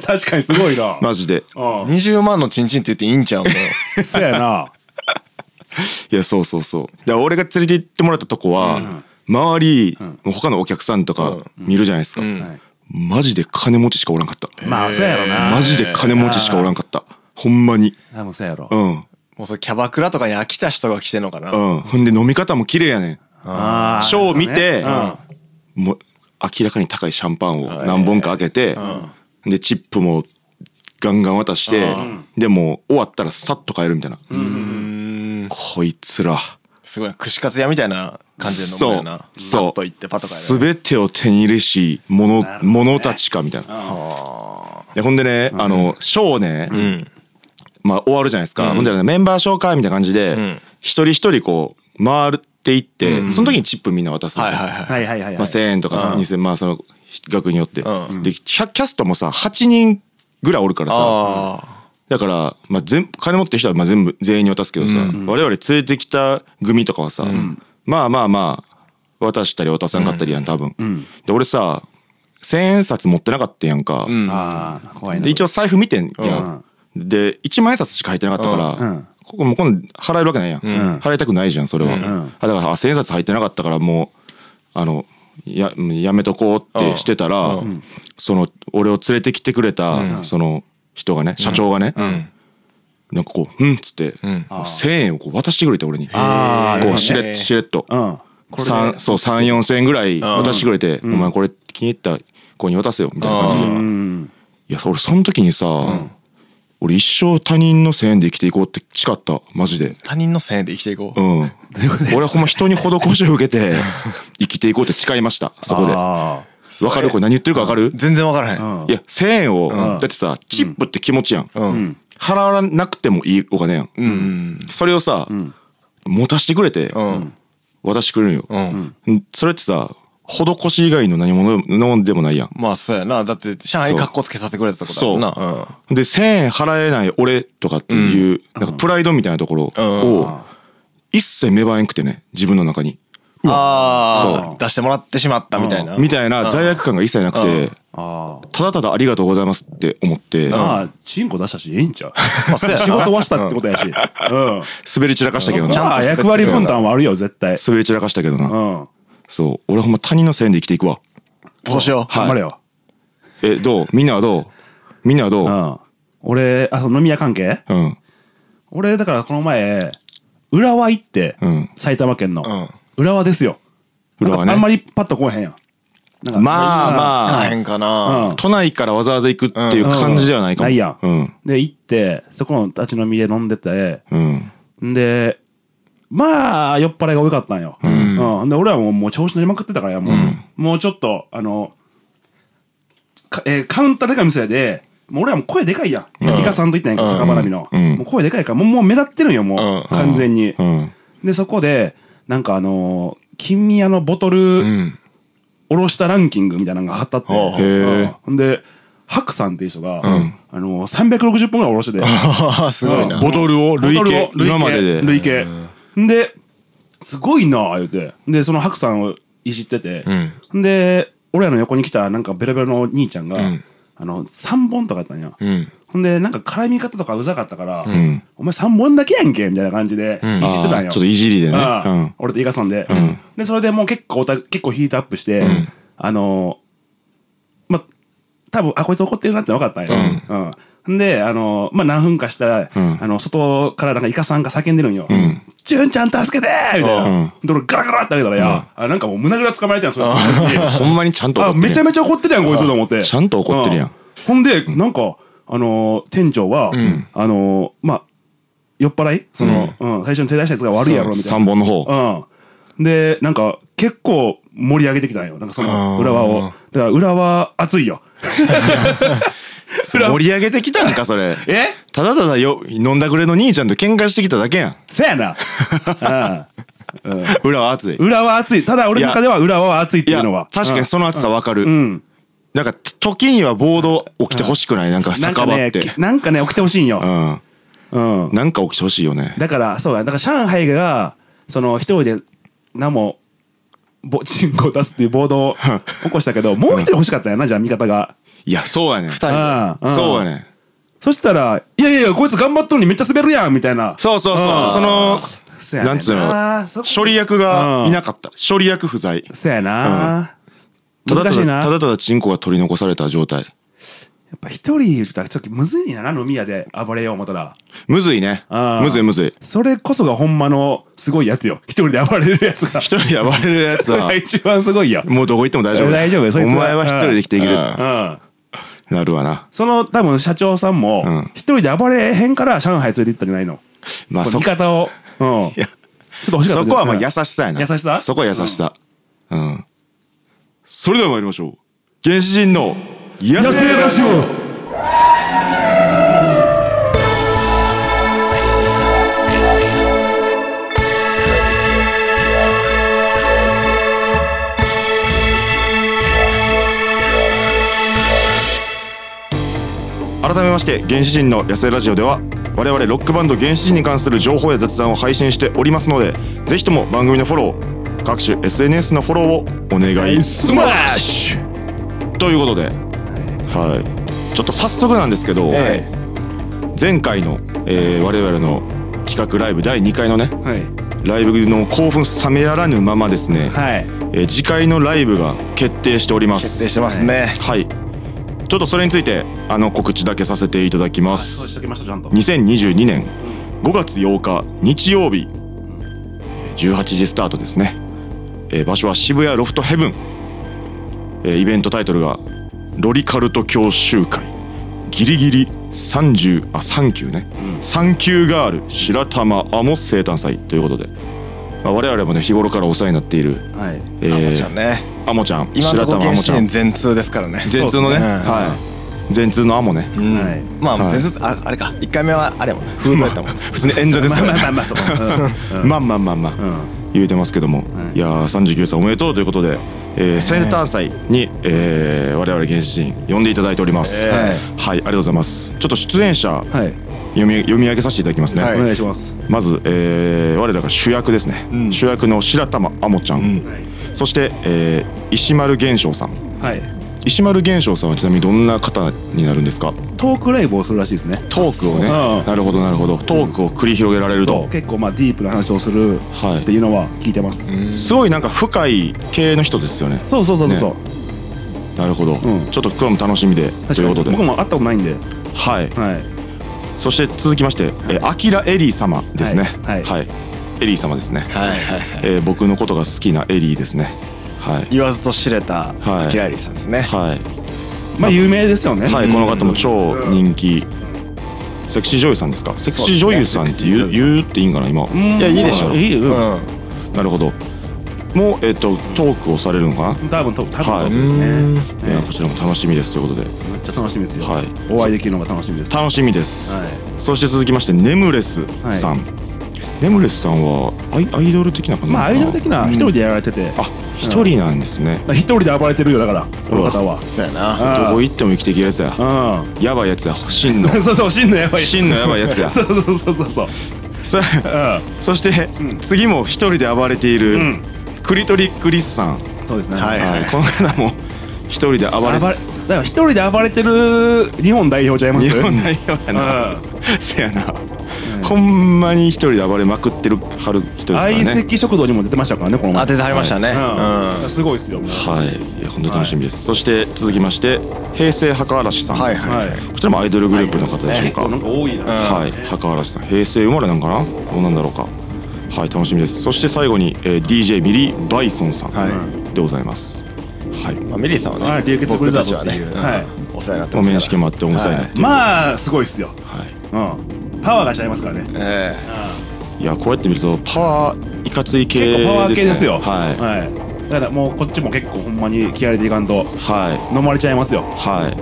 Speaker 3: 確かにすごい な
Speaker 1: マジで。
Speaker 3: う
Speaker 2: 20万のチンチンって言っていいんちゃうもう
Speaker 3: んそうやない
Speaker 1: や、そうそうそう。だから俺が連れて行ってもらったとこは、周り、もう他のお客さんとか見るじゃないですか。
Speaker 3: はい
Speaker 1: マジで金持ちしかおらんかった。
Speaker 3: まあそうやろな
Speaker 1: マジで金持ちしかおらんかった。ほんまに。
Speaker 3: 多分そうやろ
Speaker 1: うん。
Speaker 2: もうそれキャバクラとかに飽きた人が来てんのかな、
Speaker 1: うん。ほんで飲み方も綺麗やねん。
Speaker 3: あー
Speaker 1: ショーを見て、
Speaker 3: うん
Speaker 1: もう明らかに高いシャンパンを何本か開けて、でチップもガンガン渡して、でもう終わったらさっと帰るみたいな、こいつら
Speaker 2: すごいな串カツ屋みたいな感じで飲むよな
Speaker 1: そう
Speaker 2: さ
Speaker 1: そ
Speaker 2: っと行ってパッと帰る
Speaker 1: う全てを手に入れし物,、
Speaker 3: るほどね
Speaker 1: 物たちかみたいな、でほんでね、あのショーね、まあ終わるじゃないですか、ほんでねメンバー紹介みたいな感じで、
Speaker 2: ん
Speaker 1: 一人一人こう回っていって、その時にチップみんな渡すの
Speaker 2: はいはいはい
Speaker 3: はいはいはい
Speaker 1: まあ、1,000円とかさ2,000まあその額によって、
Speaker 2: うん
Speaker 1: でキャキャストもさ8人ぐらいおるからさ
Speaker 2: あ
Speaker 1: だから、まあ、全金持ってる人はまあ全部全員に渡すけどさ、我々連れてきた組とかはさ、まあまあまあ渡したり渡さんかったりやん多分、で俺さ1,000円札持ってなかったやんか、
Speaker 2: ん
Speaker 3: あー怖いな
Speaker 1: で一応財布見てんやん、で1万円札しか入ってなかったから、
Speaker 3: うん
Speaker 1: ここもう今度払えるわけないやん、
Speaker 3: ん
Speaker 1: 払いたくないじゃんそれは、
Speaker 3: ん
Speaker 1: あだからあ千円札入ってなかったからもうあのややめとこうってしてたら、その俺を連れてきてくれた、その人がね社長がね、なんかこう「うん」っつって、
Speaker 2: ん
Speaker 1: こう1,000円をこう渡してくれて俺に
Speaker 3: あー
Speaker 1: こ
Speaker 3: へ
Speaker 1: う
Speaker 3: ー
Speaker 1: しれっしれっと。
Speaker 3: うんこれで
Speaker 1: 三そう34,000円ぐらい渡してくれて「お前これ気に入った子に渡せよ」みたいな感じで
Speaker 3: うん
Speaker 1: いや俺その時にさ、俺一生他人の1,000円で生きていこうって誓ったマジで。
Speaker 2: あ他人のせいで生きていこう
Speaker 1: うん、俺はほんま人に施しを受けて生きていこうって誓いましたそこでわ
Speaker 3: あ
Speaker 1: かるこれ何言ってるかわかる
Speaker 2: 全然わからへん、
Speaker 3: ん
Speaker 1: いや1,000円を、だってさチップって気持ちやん、
Speaker 2: ん
Speaker 1: 払わなくてもいいお金やん、それをさ、持たしてくれて、
Speaker 2: ん
Speaker 1: 渡してくれるんよ、
Speaker 2: うん
Speaker 1: うんそれってさ施し以外の何物でもないやん
Speaker 2: まあそうやなだって上海かっこつけさせてくれたってことだもんなう
Speaker 1: で1,000円払えない俺とかっていう、なんかプライドみたいなところを一切芽生えんくてね自分の中に。
Speaker 2: ん、ああ出してもらってしまったみたいな、
Speaker 1: みたいな罪悪感が一切なくて
Speaker 3: あ
Speaker 1: ただただありがとうございますって思って
Speaker 3: まあチンコ出したしええん ちゃう
Speaker 2: あそうやな
Speaker 3: 仕事終わしたってことやしうん
Speaker 1: 滑り散らかしたけど
Speaker 3: ま
Speaker 1: な
Speaker 3: あ役割分担はあるよ絶対
Speaker 1: 滑り散らかしたけど
Speaker 3: う
Speaker 1: なんそう俺ほんま他人のせいで生きていくわ
Speaker 2: そうしよう、
Speaker 3: 頑張れよ
Speaker 1: えどうみんなはどうみんなはど
Speaker 3: う
Speaker 1: うん
Speaker 3: 俺あその飲み屋関係
Speaker 1: うん
Speaker 3: 俺だからこの前浦和行って
Speaker 1: うん
Speaker 3: 埼玉県の
Speaker 2: う
Speaker 3: 浦和ですよ
Speaker 1: 浦
Speaker 3: な
Speaker 1: 和ね
Speaker 3: んかあんまりパッと来おへんやんなんか
Speaker 1: まあ
Speaker 2: あ
Speaker 1: ま
Speaker 2: かへんかな、
Speaker 3: うん
Speaker 1: あ都内からわざわざ行くっていう感じではないかも
Speaker 3: ないやん、
Speaker 1: うん
Speaker 3: で行ってそこの立ち飲みで飲んでて
Speaker 1: うん
Speaker 3: んでまあ酔っ払いが多かったんよ、うんで俺はもうもう調子乗りまくってたからやもう,、もうちょっとあのかえーカウンターでかい店やで、もう俺はもう声でかいやん。イカさんと言ってないけど、
Speaker 2: うん
Speaker 3: 酒場並みの。
Speaker 1: うん
Speaker 3: もう声でかいから、もうもう目立ってるんよ、もう。
Speaker 2: うん
Speaker 3: 完全に
Speaker 1: う。ん
Speaker 3: で、そこで、なんかあのー、金宮のボト
Speaker 2: う
Speaker 3: ル、
Speaker 2: ん
Speaker 3: おろしたランキングみたいなのが貼ったって。
Speaker 2: ほう
Speaker 1: へー
Speaker 3: うんで、ハクさんっていう人が、
Speaker 1: ん
Speaker 3: あのー、360本ぐらいおろしてて。
Speaker 2: すごいな
Speaker 1: ボトルを累
Speaker 3: ボトル
Speaker 1: 計
Speaker 3: を
Speaker 1: 今までで
Speaker 3: 累計ですごいなあ言うてでその白さんをいじってて、で俺らの横に来たなんかベロベロの兄ちゃんが、
Speaker 1: うん
Speaker 3: あの3本とかあったんや、
Speaker 1: うん
Speaker 3: ほんでなんか絡み方とかうざかったから「
Speaker 1: ん
Speaker 3: お前3本だけやんけ」みたいな感じでいじ
Speaker 1: あ
Speaker 3: って
Speaker 1: ー
Speaker 3: たんよ、
Speaker 1: ちょっといじりでね
Speaker 3: ああ
Speaker 1: うん
Speaker 3: 俺とイカさんで、でそれでもう結構おた結構ヒートアップして、あのーまあ多分あこいつ怒ってるなって分かったんよ、うんであのーまあ何分かしたら、
Speaker 1: ん
Speaker 3: あの外からなんかイカさんが叫んでるんよ
Speaker 1: ん
Speaker 3: 「純、ちゃん助けて!」みたいな、
Speaker 1: うん
Speaker 3: で俺ガラガラってあげたらや、あなんかもう胸ぐらつかまれてんそいつに
Speaker 1: ほんまにちゃんと怒
Speaker 3: あ
Speaker 1: ってる
Speaker 3: めちゃ
Speaker 1: めち
Speaker 3: めちゃ怒ってるやんこいつと思って
Speaker 1: ちゃんと怒ってるやん
Speaker 3: うほんでなんかあのー店長は
Speaker 1: ん
Speaker 3: あのーまあ酔っ払いそのうん最初に手出したやつが悪いやろみたい
Speaker 1: 3本の方
Speaker 3: なうんでなんか結構盛り上げてきたんよなんかその
Speaker 1: あー
Speaker 3: 浦和をだから浦和熱いよ
Speaker 1: 盛り上げてきたんかそれ
Speaker 3: え
Speaker 1: ただただよ飲んだくれの兄ちゃんと喧嘩してきただけやん
Speaker 3: せやなあ
Speaker 1: 裏は熱い
Speaker 3: 浦和熱いただ俺の中では浦和は熱いっ
Speaker 1: い
Speaker 3: てい
Speaker 1: や
Speaker 3: うのは
Speaker 1: 確かにその熱さわかる、
Speaker 3: うんうん
Speaker 1: なんか時には暴動起きてほしくないなんか
Speaker 3: なん
Speaker 1: 酒
Speaker 3: か
Speaker 1: 場
Speaker 3: ね
Speaker 1: って、
Speaker 3: なんかね起きてほしいんよ
Speaker 1: うん
Speaker 3: うん
Speaker 1: なんか起きてほしいよね
Speaker 3: だからそうだだから上海がその一人で何もぼ 人口を出すっていう 暴動を起こしたけどもう一人欲しかったよなじゃあ味方が
Speaker 1: いやそうやねん
Speaker 2: 二人
Speaker 3: ああ
Speaker 1: そうやねん
Speaker 3: そしたら「いやいやいやこいつ頑張っとるのにめっちゃ滑るやん」みたいな
Speaker 1: そうそうそ
Speaker 3: ん
Speaker 1: うその
Speaker 3: そやねん
Speaker 1: なんつう
Speaker 3: あー
Speaker 1: の
Speaker 3: そこ
Speaker 1: 処理役がいなかった処理役不在
Speaker 3: そやな、
Speaker 1: ただ
Speaker 3: 難
Speaker 1: た
Speaker 3: しいな
Speaker 1: だただただチンコが取り残された状態
Speaker 3: やっぱ一人いるとちょっとむずいんやな飲み屋で暴れよう思ったら
Speaker 1: むずいね
Speaker 3: ああ
Speaker 1: むずいむずい
Speaker 3: それこそがほんまのすごいやつよ一人で暴れるやつが
Speaker 1: 一人で暴れるやつ は
Speaker 3: 一番すごいよ
Speaker 1: もうどこ行っても大丈夫
Speaker 3: 大丈夫そいつ
Speaker 1: お
Speaker 3: は
Speaker 1: 前は一人で生きていける
Speaker 2: うん
Speaker 3: うん
Speaker 1: なるわな
Speaker 3: その多分社長さんも
Speaker 1: うん
Speaker 3: 一人で暴れへんから上海連れて行ったんじゃないの、
Speaker 1: まあ
Speaker 3: この
Speaker 1: そ
Speaker 3: 味方を、うん、ちょっと欲しかった
Speaker 1: そ
Speaker 3: け
Speaker 1: こ
Speaker 3: ど
Speaker 1: はまあ優
Speaker 3: うん
Speaker 1: しさやな
Speaker 3: 優しさ
Speaker 1: そこは優しさうんそれでは参りましょう原始人の野
Speaker 3: 野生
Speaker 1: 生
Speaker 3: ラ
Speaker 1: ラ
Speaker 3: ジ
Speaker 1: ジ
Speaker 3: オ
Speaker 1: オ改めまして原始人の野生ラジオでは我々ロックバンド原始人に関する情報や雑談を配信しておりますのでぜひとも番組のフォロー各種 SNS のフォローをお願いスマッシュということで、はい、ちょっと早速なんですけど、
Speaker 2: え
Speaker 1: 前回の、えー我々の企画ライブ第2回のね
Speaker 3: はい
Speaker 1: ライブの興奮冷めやらぬままですね、
Speaker 3: は
Speaker 1: え
Speaker 3: い
Speaker 1: ー次回のライブが決定しておりま
Speaker 2: え
Speaker 1: す
Speaker 2: 決定してますね
Speaker 1: はいちょっとそれについてあの告知だけさせていただきま
Speaker 3: そうし
Speaker 1: す
Speaker 3: ときましたちゃんと
Speaker 1: 2022年5月8日日曜日えー18時スタートですね、えー場所は渋谷ロフトヘブン、えーイベントタイトルが「ロリカルト教習会ギリギリ30あ3級ね、3級ガール白玉アモ生誕祭」ということで、まあ、我々もね日頃からお世話になっている、
Speaker 3: はい
Speaker 1: えー
Speaker 2: あもちゃんね
Speaker 1: アモちゃん
Speaker 2: 今のところ
Speaker 1: ア
Speaker 2: 原
Speaker 1: モち
Speaker 2: 始
Speaker 1: ゃん
Speaker 2: 人全通ですからね
Speaker 1: 全通のね
Speaker 2: そうです
Speaker 1: はい全通のアモね
Speaker 2: うん
Speaker 3: はい
Speaker 2: まあ
Speaker 1: はい
Speaker 2: 全通ああれか一回目はあれやもんね封筒やったもんね
Speaker 1: 普通に演者ですか
Speaker 3: まあ
Speaker 1: ら
Speaker 3: ま
Speaker 1: ね
Speaker 3: あまあまあそううんう ん
Speaker 1: まあまあまあまあ
Speaker 3: うん
Speaker 1: 言うてますけども
Speaker 3: はい
Speaker 1: いやー39歳おめでとうということでえー生誕祭にえー我々原始人呼んでいただいております
Speaker 2: え
Speaker 1: はいあ
Speaker 2: ー
Speaker 1: りがとうございますちょっと出演者
Speaker 3: はい
Speaker 1: 読み読み上げさせていただきます
Speaker 2: は
Speaker 1: ね
Speaker 2: い
Speaker 3: お願いします
Speaker 1: まずえー我らが主役ですね
Speaker 2: うん
Speaker 1: 主役の白玉アモちゃん
Speaker 3: はい
Speaker 1: そしてえー石丸玄翔さん
Speaker 3: はい
Speaker 1: 石丸玄翔さんはちなみにどんな方になるんですか
Speaker 3: トークライブをするらしいですね
Speaker 1: トークをね
Speaker 3: うん
Speaker 1: なるほどなるほどトークを繰り広げられる
Speaker 3: そ
Speaker 1: と
Speaker 3: う結構まあディープな話をする
Speaker 1: はい
Speaker 3: っていうのは聞いてます、
Speaker 1: すごいなんか深い系の人ですよね
Speaker 3: そうそうそうそうそう、
Speaker 1: なるほど、
Speaker 3: ん
Speaker 1: ちょっとこれも楽しみでと
Speaker 3: 確
Speaker 1: い
Speaker 3: か
Speaker 1: う
Speaker 3: に
Speaker 1: ことで
Speaker 3: 僕も会ったことないんで
Speaker 1: はい
Speaker 3: はい
Speaker 1: そして続きまして、えー、アキラエリー様ですね
Speaker 3: はいは
Speaker 1: エリー様ですね、
Speaker 2: はいはいはい
Speaker 1: えー僕のことが好きなエリーですねはい
Speaker 2: 言わずと知れた
Speaker 1: はい
Speaker 2: アキラエリさんですね
Speaker 1: はい、
Speaker 3: まあ有名ですよね
Speaker 1: はい、この方も超人気セクシー女優さんですかセクシー女優さんって言う,、言うっていいんかな今
Speaker 3: うん
Speaker 2: いやいいでし
Speaker 1: う
Speaker 2: ょ
Speaker 1: ん
Speaker 3: いいよ
Speaker 2: うん
Speaker 1: なるほども、えっと、トークをされるのかな、
Speaker 3: 多分と多分
Speaker 1: はい
Speaker 3: そうですね。
Speaker 1: いやこちらも楽しみですということで
Speaker 3: めっちゃ楽しみですよ。
Speaker 1: はい
Speaker 3: お会いできるのが楽しみです。
Speaker 1: 楽しみです、
Speaker 3: はい
Speaker 1: そして続きましてネムレスさん、
Speaker 3: はい
Speaker 1: ネムレスさんはアイアイドル的な感じ
Speaker 3: まあアイドル的な一人でやられてて、
Speaker 1: あ一人なんですね、
Speaker 3: 一人で暴れてるよだからこの方は。
Speaker 2: そうやな
Speaker 1: ど
Speaker 3: あ
Speaker 1: こ行っても生きていけるやつや
Speaker 3: あうん。
Speaker 1: やばいやつや真 の
Speaker 3: そうそう真のやばい。
Speaker 1: 真のやばいやつや
Speaker 3: そうそうそうそうそう。
Speaker 1: そ
Speaker 3: うん。
Speaker 1: そして、次も一人で暴れている、
Speaker 3: うん
Speaker 1: クリトリックリスさん、
Speaker 3: そうですね。
Speaker 2: はい
Speaker 1: はいこの方も一人で暴れ
Speaker 3: 暴れ。だから一人で暴れてる日本代表ちゃいます。
Speaker 1: 日本代表やな
Speaker 3: う
Speaker 1: せやな、ほんまに一人で暴れまくってるはる人ですから
Speaker 3: 相
Speaker 1: ね
Speaker 3: 席食堂にも出てましたからねこの前。
Speaker 2: 当ててはりましたね
Speaker 3: うん。
Speaker 2: うん
Speaker 3: すごいですよ。もう
Speaker 1: はいいや本当に楽しみです、そして続きまして平成墓嵐さん、
Speaker 2: はいはい
Speaker 3: はい
Speaker 1: こちらもアイドルグループの方でしょう
Speaker 3: 結
Speaker 1: か、
Speaker 3: 構なんか多いな。
Speaker 1: はい、高原さん、平成生まれなんかな、どうなんだろうか。はい、楽しみです。そして最後に、えー DJ ミリー・バイソンさん
Speaker 2: は
Speaker 1: でございます。はい、
Speaker 2: まあミリーさんはね、
Speaker 3: はい流血ブ
Speaker 2: 僕
Speaker 3: ルザ
Speaker 2: た
Speaker 3: ー
Speaker 2: ち
Speaker 3: ズ
Speaker 2: は
Speaker 3: って
Speaker 2: ね、
Speaker 3: いう
Speaker 2: うん
Speaker 3: はい
Speaker 2: お世話に
Speaker 1: まあ、
Speaker 2: なってますから
Speaker 1: 面識もあって恩妻になっている。
Speaker 3: まあすごいっすよ。
Speaker 1: は
Speaker 3: うん。パワーがちゃいますからね。
Speaker 2: はいえ
Speaker 1: い、いや、こうやって見ると、パワーいかつい系
Speaker 3: 結
Speaker 1: です、ね。
Speaker 3: 構パワー系ですよ。
Speaker 1: はい、
Speaker 3: はい。だからもうこっちも結構ほんまに気合い入れていかんと
Speaker 1: はい、
Speaker 3: 飲まれちゃいますよ。
Speaker 1: はい。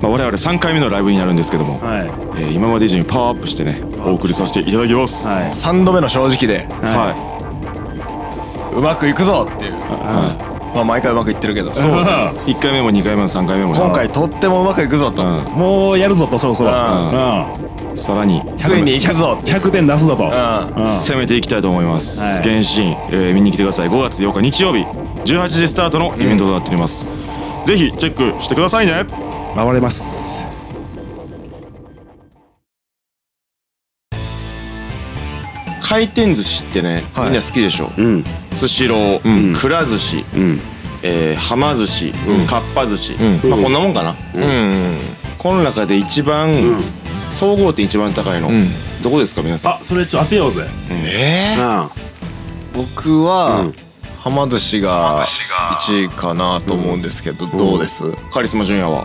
Speaker 1: まあ、我々三回目のライブになるんですけども、
Speaker 3: はい。
Speaker 1: えー今まで以上にパワーアップしてね、お送りさせていただきます。
Speaker 3: はい
Speaker 2: え。3度目の正直で
Speaker 1: は
Speaker 2: うまくいくぞっていう
Speaker 1: い、は
Speaker 2: まあ毎回うまくいってるけど
Speaker 1: い、そう、一回目も二回目も三回目もね、
Speaker 2: 今回とってもうまくいくぞと、
Speaker 1: う
Speaker 3: もうやるぞとそろそろ。う
Speaker 2: うん
Speaker 3: ん。
Speaker 1: ん、さらに。
Speaker 2: ついにいけるぞって
Speaker 3: 100点出すぞと。うん。
Speaker 1: 攻めていきたいと思います、
Speaker 3: はい
Speaker 1: 原神、えー見に来てください5月8日日曜日18時スタートのイベントとなっております、ぜひチェックしてくださいね
Speaker 3: 回れます。
Speaker 1: 回転寿司ってね、
Speaker 2: はい
Speaker 1: みんな好きでしょ
Speaker 3: うん。
Speaker 1: スシロー、くら寿司、
Speaker 3: うん。
Speaker 1: えー、はま寿司、かっぱ寿司、まあこんなもんかな、
Speaker 2: うん
Speaker 1: この中で一番、総合点一番高いの、
Speaker 2: ん
Speaker 1: どこですか皆さん
Speaker 3: あそれちょっと当てようぜ。
Speaker 2: えー
Speaker 3: うん。
Speaker 2: 僕は、はま寿司が1位かなと思うんですけど、どうです、
Speaker 1: カリスマジュニアは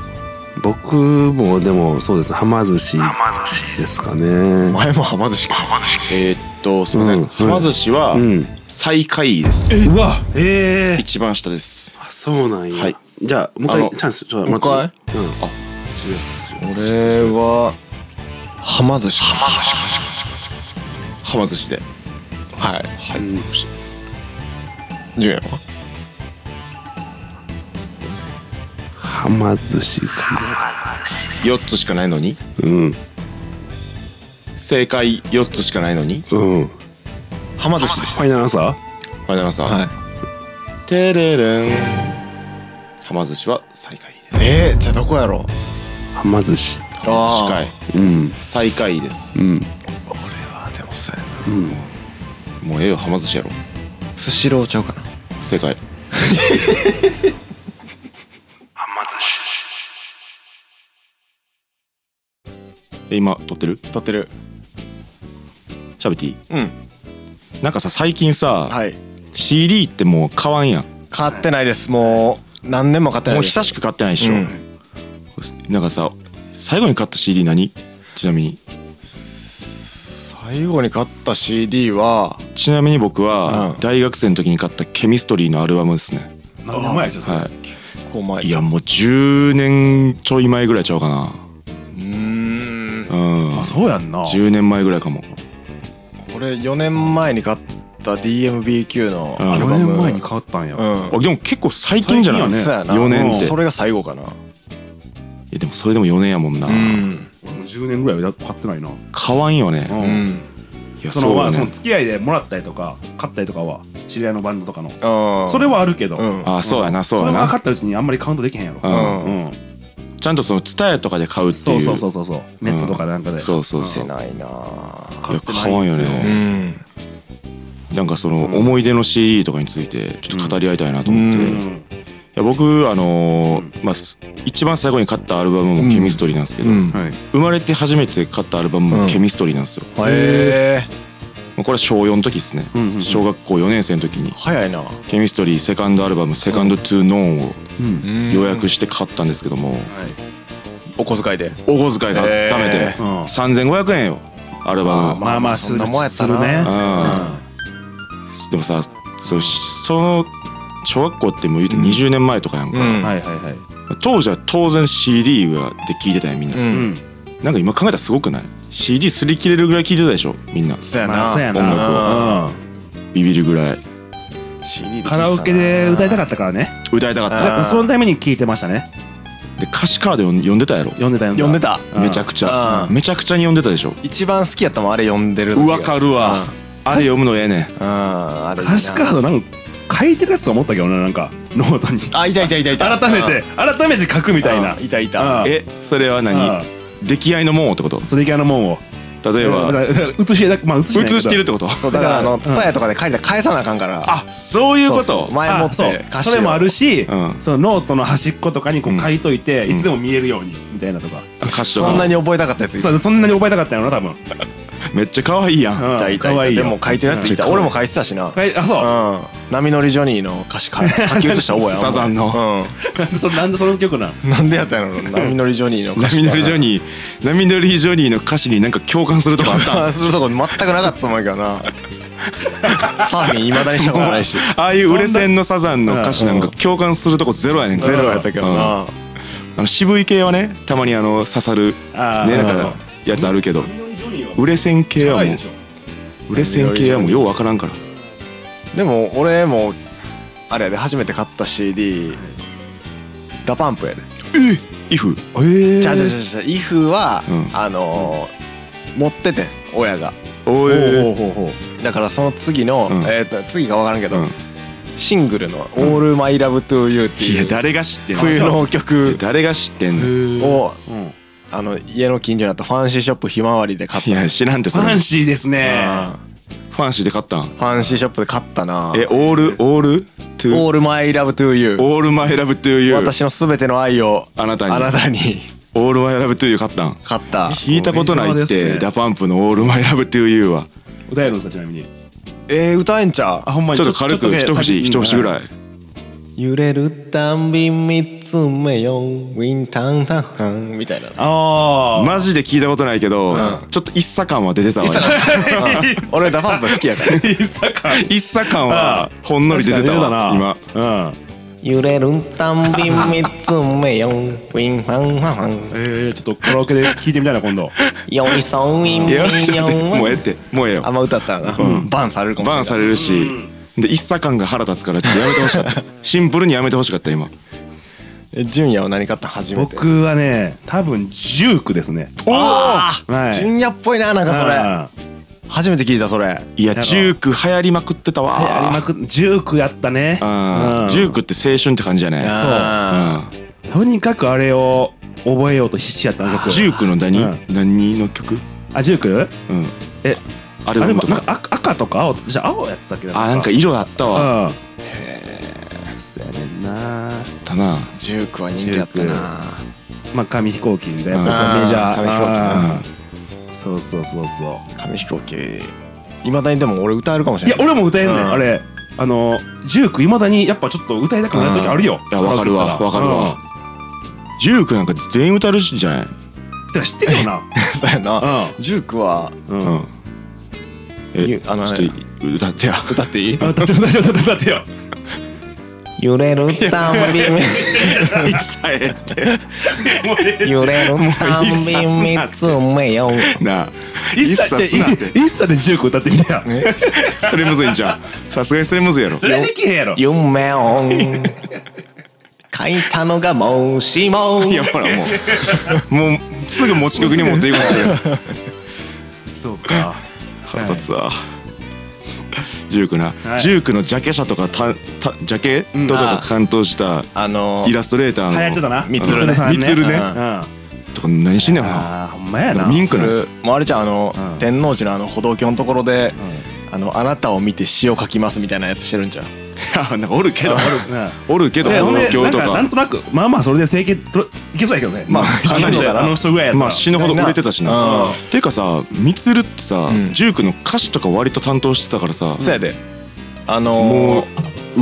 Speaker 4: 僕もでもそうですねはま寿司ですかね
Speaker 2: 前もはま寿司か
Speaker 1: えー、っとすいません、
Speaker 4: うん
Speaker 1: はま寿司は
Speaker 4: ん
Speaker 1: 最下位です、
Speaker 3: うわ。ええ。
Speaker 1: 一番下です
Speaker 4: あそうなんや、
Speaker 1: はい
Speaker 4: じゃあも
Speaker 1: あ
Speaker 4: う
Speaker 1: の
Speaker 4: 一回チャンスちょっと
Speaker 2: もう一回
Speaker 4: 待ってうん
Speaker 2: 俺ははま寿司かな
Speaker 1: はま寿司で
Speaker 2: はい
Speaker 1: はい、
Speaker 2: ジュンヤは
Speaker 4: はま寿司か
Speaker 1: 4つしかないのに
Speaker 4: うん
Speaker 1: 正解4つしかないのに
Speaker 4: うんフ
Speaker 2: はま寿司で
Speaker 4: ァイナルアンサー
Speaker 1: ファイナルアンサー、
Speaker 2: はい
Speaker 1: テレレンはま寿司は最下位です
Speaker 2: えー、じゃあどこやろう
Speaker 4: はま寿司
Speaker 1: はま寿司
Speaker 4: うん
Speaker 1: 界最下位です、
Speaker 4: うん
Speaker 2: あでもそうやな
Speaker 1: もうええよはま寿司やろ
Speaker 2: スシローちゃうかな
Speaker 1: 正 解え今撮ってる
Speaker 2: 撮ってる
Speaker 1: 喋っていい
Speaker 2: うん
Speaker 1: なんかさ最近さ、
Speaker 2: はい
Speaker 1: CD ってもう買わんやん
Speaker 2: 買ってないですもう何年も買ってな
Speaker 1: も
Speaker 2: いうです
Speaker 1: 久しく買ってないでしょ、
Speaker 2: うん
Speaker 1: なんかさ最後に買った CD 何ちなみに
Speaker 2: 最後に買った CD は
Speaker 1: ちなみに僕は
Speaker 2: うん
Speaker 1: 大学生の時に買ったケミストリーのアルバムですね、
Speaker 3: 何年前やじゃんそれ。
Speaker 1: は
Speaker 2: こう前
Speaker 1: い、いやもう10年ちょい前ぐらいちゃうかな
Speaker 2: うーん
Speaker 1: うん
Speaker 3: あそうやんな。
Speaker 1: 10年前ぐらいかも
Speaker 2: 俺4年前に買った DMBQ の
Speaker 1: うん
Speaker 2: アル
Speaker 3: 4
Speaker 2: バム
Speaker 3: 年前に変わったんや。
Speaker 2: うん
Speaker 1: あでも結構最近じゃない
Speaker 3: 最近
Speaker 2: そ
Speaker 3: やね
Speaker 2: うやな
Speaker 1: 4年
Speaker 2: も
Speaker 1: っ
Speaker 2: う
Speaker 1: てい
Speaker 2: それが最後かな
Speaker 1: やでもそれでも4年やもんな、
Speaker 2: うん
Speaker 3: 俺もう10年ぐらいは買ってないな。
Speaker 1: 買わんよね、
Speaker 3: う
Speaker 2: うんん
Speaker 1: いや
Speaker 3: そ
Speaker 1: そ
Speaker 3: の
Speaker 1: う
Speaker 3: ま
Speaker 1: だ
Speaker 3: あその
Speaker 1: ね
Speaker 3: 付き合いでもらったりとか買ったりとかは知り合いのバンドとかの
Speaker 2: あ
Speaker 3: それはあるけど
Speaker 2: うん
Speaker 1: あそうやなそう
Speaker 3: そ
Speaker 1: や
Speaker 3: れは買
Speaker 1: な
Speaker 3: ったうちにあんまりカウントできへんやろ
Speaker 1: う
Speaker 2: うん
Speaker 3: うん
Speaker 1: ちゃんとその蔦屋とかで買うって
Speaker 3: そ
Speaker 1: いう
Speaker 3: うそうそううそうそうネットとかなんかで
Speaker 1: そうそう
Speaker 2: し
Speaker 1: そ
Speaker 2: て
Speaker 1: う
Speaker 2: ないなぁ
Speaker 3: 買ってない
Speaker 1: いや買わん
Speaker 3: ん
Speaker 1: よ
Speaker 3: ですよ
Speaker 1: ね
Speaker 2: ん
Speaker 1: なんかその思い出の CD とかについてちょっと語り合いたいなと思って、
Speaker 2: うん
Speaker 1: いや僕あのーまあ一番最後に買ったアルバムもケミストリーなんですけど、
Speaker 2: うん
Speaker 3: はい
Speaker 1: 生まれて初めて買ったアルバム
Speaker 2: う
Speaker 1: も
Speaker 2: ん
Speaker 1: ケミストリーなんですよ、ま
Speaker 2: へえ
Speaker 1: あこれは小4の時ですね、
Speaker 3: うんうんうん
Speaker 1: 小学校4年生の時に
Speaker 2: 早いな
Speaker 1: ケミストリーセカンドアルバム「セカンド・トゥ・ノーン」を
Speaker 3: うん
Speaker 1: 予約して買ったんですけども、
Speaker 2: お小遣いで
Speaker 1: お小遣いから貯め
Speaker 2: へ
Speaker 1: て
Speaker 2: ー
Speaker 3: うん
Speaker 1: 3500円よアルバム
Speaker 2: まあまあそんなもんやったな
Speaker 3: するね
Speaker 1: うんでもさそうしその小学校ってもう言うて20年前とかやんか、
Speaker 2: うん
Speaker 3: はいはいはい
Speaker 1: 当時は当然 CD がで聞いてたよみんな、
Speaker 2: う
Speaker 3: うんん
Speaker 1: なんか今考えたらすごくない CD すり切れるぐらい聞いてたでしょみんな
Speaker 2: そうや
Speaker 3: まあそうや
Speaker 2: な
Speaker 1: 音楽
Speaker 3: なうん
Speaker 1: ビビるぐらい
Speaker 2: CD
Speaker 3: カラオケで歌いた
Speaker 2: か
Speaker 3: かったからね
Speaker 1: 歌いたかった
Speaker 2: あ
Speaker 3: だそのために聞いてましたね
Speaker 1: で歌詞カード読ん読んでたやろ
Speaker 3: 読んでた
Speaker 2: 読んでた
Speaker 3: うん
Speaker 1: めちゃくちゃ
Speaker 2: うん
Speaker 1: めちゃくちゃに読んでたでしょ
Speaker 2: 一番好きやったもんあれ読んでる時が
Speaker 1: わかるわあれ読むのええねん
Speaker 2: うんあれいいな
Speaker 3: 歌詞カードなんか書いてるやつと思ったけどななんかノートに
Speaker 2: あいたいたいたいた
Speaker 3: 改めて改めて書くみ
Speaker 2: み
Speaker 3: たいない
Speaker 2: たいた
Speaker 3: あ
Speaker 1: えそれは
Speaker 3: あ
Speaker 1: 何出来合いのもんをってこと
Speaker 3: それ系のもんを
Speaker 1: 例え ば
Speaker 3: だから写してまあ写してないけど
Speaker 1: 映してるってこと
Speaker 2: そうだからあのツタヤとかで借りたら返さなあかんから
Speaker 1: あそういうこ
Speaker 2: そう
Speaker 1: と
Speaker 2: そう前もっ
Speaker 3: あそう
Speaker 2: て歌詞を
Speaker 3: それもあるし、
Speaker 1: うん
Speaker 3: そのノートの端っことかにこ
Speaker 1: うん
Speaker 3: う書いといて、
Speaker 1: うん
Speaker 3: いつでも見えるようにみたいなとか、
Speaker 1: 歌詞と
Speaker 2: そんな
Speaker 1: か
Speaker 2: に覚えたかったやつい
Speaker 3: そうそんなに覚えたかったんやろ多分、うん、
Speaker 1: めっちゃ可愛いやん
Speaker 2: たい
Speaker 3: か
Speaker 2: たい
Speaker 3: わ
Speaker 2: た
Speaker 3: いい
Speaker 2: で
Speaker 3: よ
Speaker 2: も書いてるやついた
Speaker 1: うん
Speaker 2: 俺も書いてたしなうん
Speaker 3: かいあそ
Speaker 2: 波乗りジョニーの歌 詞書書き写した覚えあん
Speaker 1: サザンの
Speaker 3: うそなんでその曲なん
Speaker 2: うんなんでやったんやろ波乗りジョ ニーの歌詞
Speaker 1: 波乗りジョニー波乗りジョニーの歌詞になんか共感すると かあった
Speaker 2: ーするとこ全くなかったと思うけど なサーフィンいまだにしたことないし
Speaker 1: ああいう売れ線のサザンの歌詞なんか共感するとこゼロやねん
Speaker 2: ゼロやったけど
Speaker 1: うんあ
Speaker 2: な
Speaker 1: の渋い系はねたまにあの刺さる
Speaker 3: あー
Speaker 1: ねなん
Speaker 2: うん
Speaker 1: かやつあるけど売
Speaker 3: 売れ
Speaker 1: れ線系は
Speaker 3: ない
Speaker 1: もう
Speaker 3: でしょ
Speaker 1: 売れ線系はもうようわからんから
Speaker 2: でも俺もあれやで初めて買った CD ダパンプやで
Speaker 1: イフ
Speaker 3: えー、
Speaker 2: じゃじゃじゃじゃイフは
Speaker 1: うん
Speaker 2: あのー持っててん親が
Speaker 1: お
Speaker 3: ほう
Speaker 1: え
Speaker 3: ほうほうほう
Speaker 2: だからその次の
Speaker 1: うん
Speaker 2: えーと次か分からんけど
Speaker 1: うん
Speaker 2: シングルの「All My Love to You」って
Speaker 1: い
Speaker 2: い
Speaker 1: や
Speaker 2: う
Speaker 1: 誰が知ってんの
Speaker 2: 冬の曲
Speaker 1: 誰が知ってんの
Speaker 2: を
Speaker 3: うん
Speaker 2: あの家の近所にあったファンシーショップひまわりで買っ
Speaker 1: い
Speaker 2: た
Speaker 1: や知らんて
Speaker 3: フ
Speaker 1: それ
Speaker 3: ァン
Speaker 1: フ
Speaker 3: シーですね
Speaker 2: な
Speaker 1: ァンシーで買ったん
Speaker 2: ファンシーショップで買ったな
Speaker 1: えオールオールト
Speaker 2: 「
Speaker 1: ゥ
Speaker 2: All My Love to You
Speaker 1: オールマイラブトゥー」ユー
Speaker 2: 私のすべての愛を
Speaker 1: あなたに
Speaker 2: あなたに
Speaker 1: オールマイラブトゥーユー買ったん
Speaker 2: 買った
Speaker 1: 聞いたことない
Speaker 3: お
Speaker 1: っ
Speaker 3: ーいいです
Speaker 1: て
Speaker 3: ね
Speaker 1: ダパンプのオールマイラブトゥーユーは
Speaker 3: 歌えるんですかちなみに
Speaker 2: えー歌えんちゃう
Speaker 3: あほんまに
Speaker 1: ちょっと軽く一節一節ぐら
Speaker 3: い
Speaker 1: い
Speaker 2: 揺れるたんび見つめよウィンタンタンタンみたいな
Speaker 3: ああ
Speaker 1: マジで聞いたことないけどちょっと一茶感は出てたわ
Speaker 2: 俺ダファンプ好きやから
Speaker 3: いさか
Speaker 1: 一茶感はほんのり出てたわ今
Speaker 3: 今うん
Speaker 2: 揺れるたんび見つめよウィンタンタンタン
Speaker 3: えー、ちょっとカラオケで聞いてみたいな今度
Speaker 2: よいそい
Speaker 1: い
Speaker 2: み
Speaker 1: やちょっと
Speaker 2: よ
Speaker 1: 待ってもうええってもうええよ
Speaker 2: あんま歌ったらな、バンされるかもしれ
Speaker 1: バ
Speaker 2: な
Speaker 1: ン
Speaker 2: い
Speaker 1: されるし、で一茶感が腹立つからちょっとやめてほしかった シンプルにやめてほしかった今
Speaker 2: え純也は何買ったの初めて
Speaker 3: 僕はね多分ジュークですね
Speaker 2: おお、
Speaker 3: はい
Speaker 2: 純也っぽいななんか
Speaker 3: あー
Speaker 2: それ初めて聞いたそれ
Speaker 1: いや
Speaker 3: やろ
Speaker 1: ジューク流行りまくってたわ
Speaker 3: え有馬くんジュークやったね
Speaker 1: あージュー
Speaker 3: ク
Speaker 1: クって青春って感じじゃない
Speaker 2: あ
Speaker 3: とにかくあれを覚えようと必死やったの
Speaker 1: うん
Speaker 3: 僕
Speaker 1: ジュークの何、
Speaker 3: うん
Speaker 1: 何の曲
Speaker 3: あジューク
Speaker 1: うん
Speaker 3: え
Speaker 1: あ
Speaker 3: あ
Speaker 1: れ
Speaker 3: れ
Speaker 1: は
Speaker 3: もなんか赤赤とか青とかじゃあ青やったっけ
Speaker 1: あなんか色あったわあ
Speaker 3: うんへそやねんな
Speaker 1: ったな
Speaker 2: ジュークは人気やったな
Speaker 3: まあ紙飛行機がやっぱ一
Speaker 2: あー
Speaker 3: 番メジャー
Speaker 2: 紙飛行機な
Speaker 3: あーそうそうそうそう
Speaker 2: 紙飛行機いまだにでも俺歌えるかもし
Speaker 3: い
Speaker 2: れ
Speaker 3: や
Speaker 2: ない
Speaker 3: 俺も歌えんねん、
Speaker 2: うん
Speaker 3: あれあのジュークいまだにやっぱちょっと歌いたくなる時あるよ、
Speaker 1: いやわかるわわかるわ
Speaker 3: うん、
Speaker 1: ジュークなんか全員歌えるしじゃない
Speaker 3: てか知ってるよ な
Speaker 2: そうやな
Speaker 3: うん
Speaker 2: ジュークは
Speaker 3: うん、
Speaker 1: うんえ
Speaker 2: ゆ
Speaker 1: ちょ
Speaker 2: あの
Speaker 1: っ
Speaker 2: ね
Speaker 1: と歌ってや
Speaker 2: 歌っていい
Speaker 3: あ、立ちょ、立ちょ、立ちょ、
Speaker 2: 揺れるたんび 見
Speaker 1: 一切えって
Speaker 2: 揺れるたんび見つめよう
Speaker 1: なあ
Speaker 3: 一切
Speaker 1: 一すなって
Speaker 3: で、一切でジューク歌ってみたよ。
Speaker 1: それむずいんじゃんさすがにそれむずいやろ
Speaker 3: それできへんやろ。
Speaker 2: 夢を書いたのがもしも
Speaker 1: いやほらもうもうすぐ持ち曲に持っていくっていう
Speaker 3: そうか。
Speaker 1: 腹立つわジュークな、
Speaker 3: はい
Speaker 1: ジュークのジャケ写とかたたジャケットとか担当した
Speaker 2: あの
Speaker 1: イラストレーター
Speaker 3: 流
Speaker 1: の
Speaker 3: 行ってたな。
Speaker 2: みつるね
Speaker 3: さん
Speaker 1: みつるね
Speaker 3: うん。あ
Speaker 1: とか何してんねんな
Speaker 3: あー、ほんまやな。
Speaker 1: ミンク
Speaker 2: そ
Speaker 1: の
Speaker 2: れもうあれじゃんあの
Speaker 3: うん
Speaker 2: 天王寺のあの歩道橋のところであのあなたを見て詩を書きますみたいなやつしてるんじゃん
Speaker 1: なんかおるけど
Speaker 3: うん。
Speaker 1: おるけど
Speaker 3: でほんで
Speaker 1: 東京と
Speaker 3: なんか
Speaker 1: か
Speaker 3: なんとなくまあまあそれで整形といけそうやけどね
Speaker 2: まあ
Speaker 3: あ
Speaker 2: いけ
Speaker 3: の
Speaker 2: そう
Speaker 3: 人
Speaker 2: だな
Speaker 3: あの人ぐらいやったら
Speaker 1: まあ死ぬほど売れてたし
Speaker 2: う
Speaker 1: なんっていうかさみつるってさ、
Speaker 2: うん
Speaker 1: ジュークの歌詞とか割と担当してたからさ
Speaker 2: そやであ
Speaker 1: も
Speaker 2: のー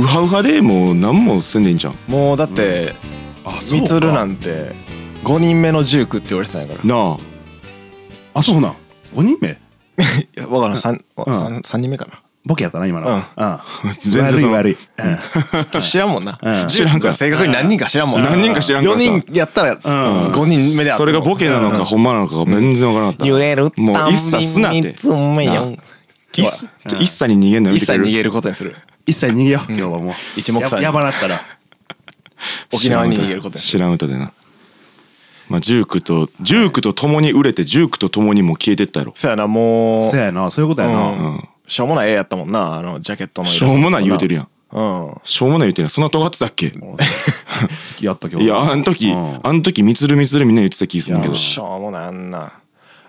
Speaker 1: うウハウハでもう何もせんでいいんじゃん
Speaker 2: もうだって
Speaker 3: あそう
Speaker 2: み
Speaker 3: か
Speaker 2: つるなんて5人目のジュークって言われてたんやからい
Speaker 1: なあ
Speaker 3: あそうなん5人目
Speaker 2: やわからん 3,
Speaker 3: うん
Speaker 2: 三三人目かな
Speaker 3: ボケやったな今の、
Speaker 2: うん
Speaker 3: うん、
Speaker 1: 全然その
Speaker 3: 悪い悪い、うん
Speaker 2: ちょっと知らんもんな
Speaker 3: うん
Speaker 1: 知らんから
Speaker 2: 正確に何人か知らんもんな
Speaker 1: 何人か知らんからさ
Speaker 2: 4人やったら
Speaker 3: ん
Speaker 2: 5人目であっても
Speaker 1: それがボケなのかほんまなのかが全然わからなかった
Speaker 2: 揺れる
Speaker 1: もう一切すなって
Speaker 2: つもよん
Speaker 1: 一切一切に逃げんのやめ
Speaker 2: 一
Speaker 1: て
Speaker 2: 切
Speaker 1: くれ
Speaker 2: 逃
Speaker 1: る
Speaker 2: げることにする
Speaker 3: 一切逃げよう今日はもう
Speaker 2: 一目散に
Speaker 3: ややばなったら
Speaker 2: 沖縄に逃げることにす
Speaker 1: 知らん歌でなまあジュークとジュークと共に売れてジュークと共にもう消えてったやろ
Speaker 2: るそうやなもう
Speaker 3: そうやなそういうことやな、
Speaker 2: うんしょうもない絵やったもんなあのジャケットの
Speaker 1: しょうもない言うてるやん
Speaker 2: うん
Speaker 1: しょうもない言うてるやんそんな尖ってたっけ
Speaker 3: 好きやったけど
Speaker 1: いやあん時
Speaker 3: うん
Speaker 1: あん時みつるみつるみんな言ってた気するけど
Speaker 2: しょうもないあんな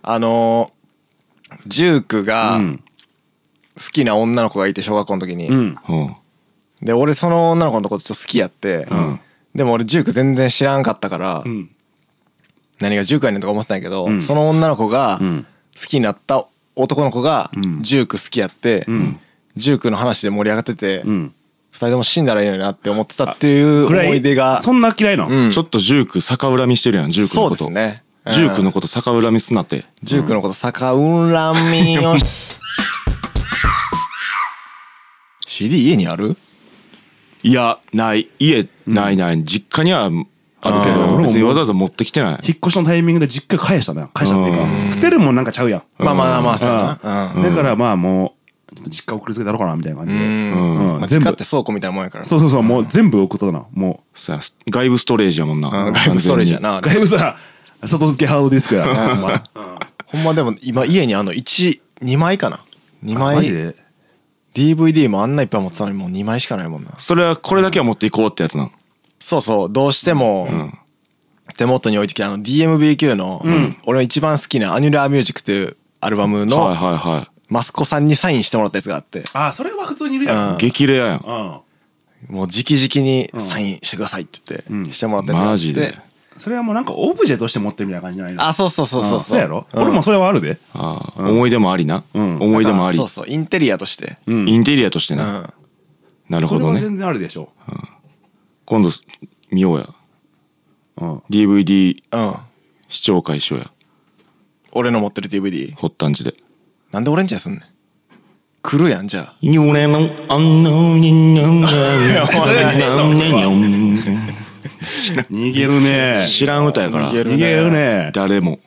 Speaker 2: あのジュークが
Speaker 3: うん
Speaker 2: 好きな女の子がいて小学校の時に、
Speaker 3: うん
Speaker 1: うん
Speaker 2: で俺その女の子のことちょっと好きやって、
Speaker 3: ん
Speaker 2: でも俺ジューク全然知らんかったから、
Speaker 3: うん
Speaker 2: 何がジュークやねんとか思ってたんやけど、
Speaker 3: ん
Speaker 2: その女の子が
Speaker 3: ん
Speaker 2: 好きになった男の子がジューク好きやって、
Speaker 3: ん
Speaker 2: ジュークの話で盛り上がってて、
Speaker 3: う
Speaker 2: 二
Speaker 3: ん
Speaker 2: 人とも死んだらいいのになって思ってたっていう
Speaker 3: 暗い
Speaker 2: 思い出が
Speaker 3: そんな嫌いの、
Speaker 2: うん
Speaker 1: ちょっとジューク逆恨みしてるやんジュークの
Speaker 2: そう
Speaker 1: こ
Speaker 2: で
Speaker 1: と
Speaker 2: すねうん
Speaker 1: ジュークのこと逆恨みすなって
Speaker 2: ジュークのこと逆恨み を CD 家にある
Speaker 1: いやない家ないない実家にはあるけ
Speaker 2: あー
Speaker 1: ど
Speaker 3: 俺も
Speaker 1: 別にわざわざ持ってきてない
Speaker 3: 引っ越しのタイミングで実家返したのよ返したっていうか捨てるもんなんかちゃうやん
Speaker 2: まあまあまあそうやな
Speaker 3: だからまあもうちょっと実家送りつけたろうかなみたいな感じで、
Speaker 1: うん
Speaker 3: うん
Speaker 2: まあ
Speaker 3: 全
Speaker 2: 実家っ
Speaker 3: 部
Speaker 2: て倉庫みたいなもんやから
Speaker 3: そうそうそうもう全部送ったなも
Speaker 1: さ外部ストレージやもんな
Speaker 2: うん外部ストレージやな
Speaker 3: う
Speaker 2: あれ
Speaker 3: 外部さ外付けハードディスクやなほんま
Speaker 2: ほんまでも今家にあの12枚かな2
Speaker 3: マ
Speaker 2: 枚
Speaker 3: ジで
Speaker 2: DVD もあんないっぱい持ってたのにもう2枚しかないもんな
Speaker 1: それはこれだけは持っていこうってやつなの
Speaker 2: そうそうどうしても手元に置いてきたあの DMBQ の俺の一番好きな「アニュラーミュージック」というアルバム
Speaker 1: はい
Speaker 2: の
Speaker 1: はいは
Speaker 2: マスコさんにサインしてもらったやつがあって
Speaker 3: あそれは普通にいるや
Speaker 1: い、
Speaker 3: ん
Speaker 1: 激レアやん
Speaker 3: うん
Speaker 2: もう直々にサインしてくださいって言ってしてもらったやつがあ
Speaker 1: マ
Speaker 2: っ
Speaker 1: ジで
Speaker 2: て
Speaker 3: それはもうなんかオブジェとして持ってるみたいな感じじゃないの
Speaker 2: あそうそうそうそう
Speaker 3: うんそうやろ俺もそれはあるで
Speaker 1: あー思い出もありな、
Speaker 3: ん
Speaker 1: 思い出もあり
Speaker 2: そうそうインテリアとして
Speaker 3: う
Speaker 1: インテリアとして
Speaker 2: う
Speaker 1: な、
Speaker 2: ん
Speaker 1: なる
Speaker 3: そ
Speaker 1: ほ
Speaker 3: れ
Speaker 1: ど
Speaker 3: は
Speaker 1: ね
Speaker 3: 全然あるでしょ
Speaker 1: 今度見ようや
Speaker 3: うん、
Speaker 1: DVD
Speaker 2: うん
Speaker 1: 視聴会しようや
Speaker 2: 俺の持ってる DVD
Speaker 1: 発端地で
Speaker 2: なんで俺んちにすんねん来るやんじゃあ
Speaker 1: 「俺のあのににょんが
Speaker 2: それ
Speaker 3: 逃げる ね
Speaker 1: 知らん歌やから
Speaker 2: 逃げる
Speaker 3: 逃げるね
Speaker 1: 誰も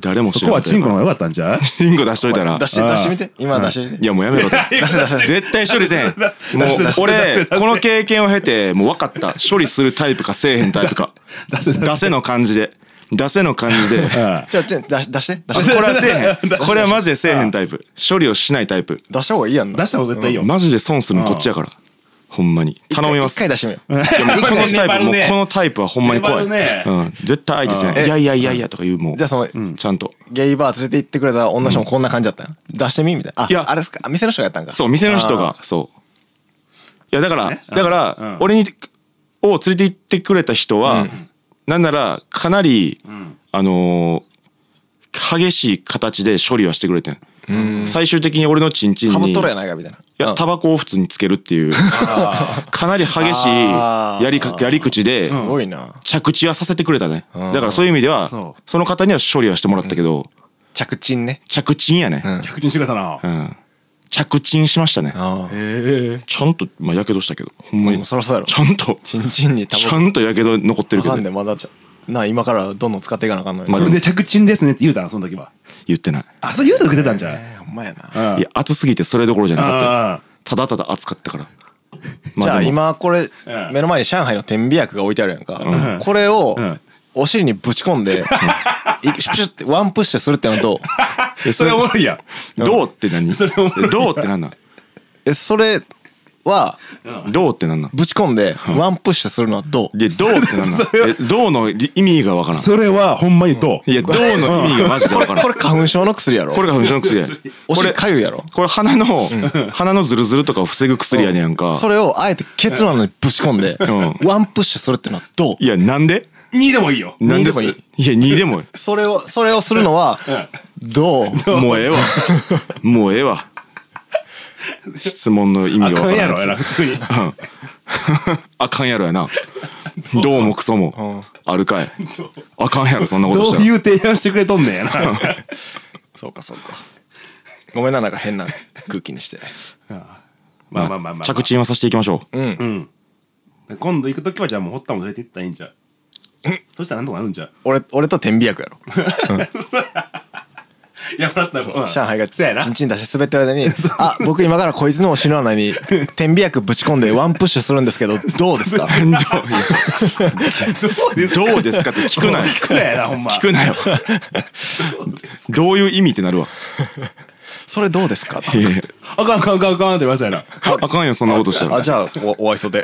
Speaker 1: 誰も
Speaker 3: そ
Speaker 1: 知ら
Speaker 3: こ
Speaker 1: ん歌やから
Speaker 3: はチンコの方が良かったん じゃう
Speaker 1: チンコ出しといたら
Speaker 2: 出して
Speaker 3: あー
Speaker 2: 出してみて今出してみ
Speaker 1: い
Speaker 2: て
Speaker 1: やもうやめろと 絶対処理せんもう
Speaker 3: 出せ
Speaker 1: 俺この経験を経てもう分かった処理するタイプかせえへんタイプか
Speaker 3: 出せ出せ
Speaker 1: 出せの感じで出せの感じで
Speaker 3: うん
Speaker 2: ちょちょ出し出して出
Speaker 1: こ
Speaker 2: して
Speaker 1: れはせえへ んこれはマジでせえへんタイプ処理をしないタイプ
Speaker 2: 出した方がいいやんな
Speaker 3: 出した方が絶対いいよ、
Speaker 1: マジで損するのこっちやからほんまに頼みま
Speaker 2: 一
Speaker 1: す
Speaker 2: 回出してみよう
Speaker 1: いやもうこの
Speaker 3: 一回
Speaker 1: タイプもう
Speaker 3: 粘るね
Speaker 1: このタイプはほんまに怖い
Speaker 3: 粘るね
Speaker 1: うん絶対相手せ
Speaker 3: うん
Speaker 1: いやいやいやいやとか言うも
Speaker 2: じゃあその
Speaker 1: んちゃんと
Speaker 2: ゲイバー連れて行ってくれた女の人もこんな感じだったん出してみみたいないあ
Speaker 1: や
Speaker 2: あれですかあ店の人がやったんか
Speaker 1: そう店の人がそういやだからだから俺にを連れて行ってくれた人はなんならかなりあのー激しい形で処理はしてくれてん最終的に俺のチンチン
Speaker 2: かぶっ
Speaker 1: にい
Speaker 2: とるやないかみたいなう
Speaker 1: や
Speaker 2: ん
Speaker 1: タバコを普通につけるっていう かなり激しい
Speaker 2: あー
Speaker 1: やりかやり口です
Speaker 2: ごいな
Speaker 1: 着地はさせてくれたねだからそういう意味では
Speaker 3: そ
Speaker 1: その方には処理はしてもらったけど
Speaker 2: 着地ね
Speaker 1: 着地やね
Speaker 3: 着順してくれたな、
Speaker 1: うん着地しましたね
Speaker 2: ああ
Speaker 3: へえ
Speaker 1: ちゃんと、まあ、やけどしたけど、ほんま
Speaker 2: も
Speaker 1: に。
Speaker 2: う
Speaker 1: ち
Speaker 2: そろそろやろ
Speaker 1: ゃんと、
Speaker 2: チンチンにタ
Speaker 1: ち
Speaker 2: バ
Speaker 1: ゃんとやけど残ってる
Speaker 2: コ
Speaker 1: け
Speaker 2: あかんで
Speaker 1: ど、
Speaker 2: まだちゃな今からどんどん使っていかなあかんのに
Speaker 1: ま
Speaker 3: これで着順ですねって言うたなその時は
Speaker 1: 言ってない。
Speaker 3: あそれ言うたら受けてたんじゃ
Speaker 2: えーほんまやな
Speaker 3: う
Speaker 1: いや、暑すぎてそれどころじゃなかったよ
Speaker 3: ああ
Speaker 1: ただただ暑かったから。
Speaker 2: じゃあ
Speaker 1: でも、
Speaker 2: 今これ
Speaker 3: ん
Speaker 2: 目の前に上海の天美薬が置いてあるやんか
Speaker 3: ん
Speaker 2: これを
Speaker 3: うん
Speaker 2: お尻にぶち込んで いシュッシュッってワンプッシュするってのと
Speaker 1: え
Speaker 3: それおもろいやん
Speaker 1: どうって何
Speaker 3: それおもろいな
Speaker 1: どうってなんなん
Speaker 2: えそれは
Speaker 1: どうってなんなん
Speaker 2: ぶち込んでワンプッシュするのはどう
Speaker 1: で、どうってなんなん
Speaker 3: それは
Speaker 1: えどうの意味がわからん。
Speaker 3: それはほんまにどう
Speaker 1: いや、どうの意味がマジでわからん。
Speaker 2: これ花粉症の薬やろ
Speaker 1: これが不の薬や。
Speaker 2: お
Speaker 1: こ
Speaker 2: 尻
Speaker 1: れ、
Speaker 2: かゆいやろ
Speaker 1: これ鼻の、鼻のズルズルとかを防ぐ薬やねやんか
Speaker 2: そ。れをあえてケツなのにぶち込んで
Speaker 1: う
Speaker 2: ワンプッシュするってのはどう
Speaker 1: いや、なんで
Speaker 3: 2でもいいよ
Speaker 1: なん
Speaker 2: 二
Speaker 1: で
Speaker 2: でもいい
Speaker 1: いや、2でもいい。
Speaker 2: それをそれをするのはどう
Speaker 1: もうええわ。もうええわ。質問の意味が
Speaker 3: あ
Speaker 1: 分か
Speaker 3: からん
Speaker 1: ん
Speaker 3: やろ
Speaker 1: つ
Speaker 3: やな普通に
Speaker 1: あかんやろやな。 どうもクソも。あるかい。あかんやろ、そんなこと
Speaker 3: ど
Speaker 1: し
Speaker 3: う
Speaker 1: たら。
Speaker 3: いう提案してくれとんねんやな
Speaker 2: そうかそうかごめんななんか変な空気にして
Speaker 3: まあまあまあまあまあ
Speaker 1: 着地はさせていきまし ょう。
Speaker 2: うん
Speaker 3: うん今度行く時はじゃあもうホッタも連れて行ったらいいんじゃうそしたらなんとかなるんじゃう
Speaker 2: 俺俺と天秤役やろ
Speaker 3: いやそらったらうん
Speaker 2: 上海が
Speaker 3: そやな
Speaker 2: チンチン出して滑ってる間 に「あ僕今からこいつのお尻の穴に天秤薬ぶち込んでワンプッシュするんですけどどうです か?」
Speaker 1: どうですかって聞くなよ。
Speaker 3: 聞くなやなほんま
Speaker 1: 聞くなよ。どういう意味ってなるわ。
Speaker 2: 「それどうですか?」
Speaker 1: いやいや
Speaker 3: あかんあかんあかんあかんって言わせやな
Speaker 1: ああかんよそんなことした
Speaker 2: あ
Speaker 1: ら。
Speaker 2: じゃあおお愛想 で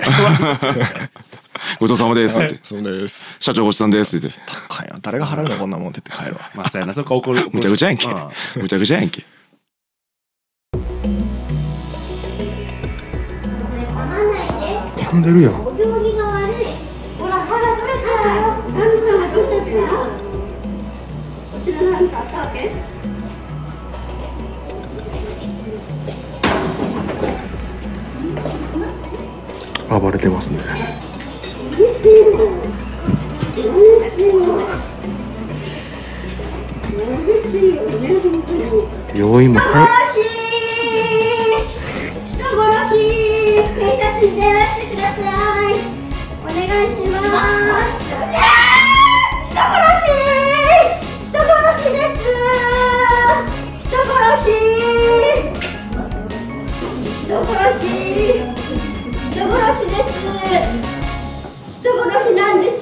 Speaker 1: ごちそうさまですって。
Speaker 2: そうです
Speaker 1: 社長ごちそうさんですって。
Speaker 2: 高いな誰が払うのこんなもんって言って帰るわ
Speaker 3: まあそうやなそこは怒る
Speaker 1: むちゃくちゃやんけ
Speaker 3: う。
Speaker 1: むちゃくちゃやんけ。
Speaker 5: 飛んでるやんお行儀が悪いほら歯が取れちゃうよ神様どうしたってなうちの何かあったわけ
Speaker 4: 暴れてますね。病院も
Speaker 5: 人殺し人殺し警察に電話してください
Speaker 4: か
Speaker 5: お願いしますえー人殺し人殺しです人殺し人殺し人殺しです人殺しなんで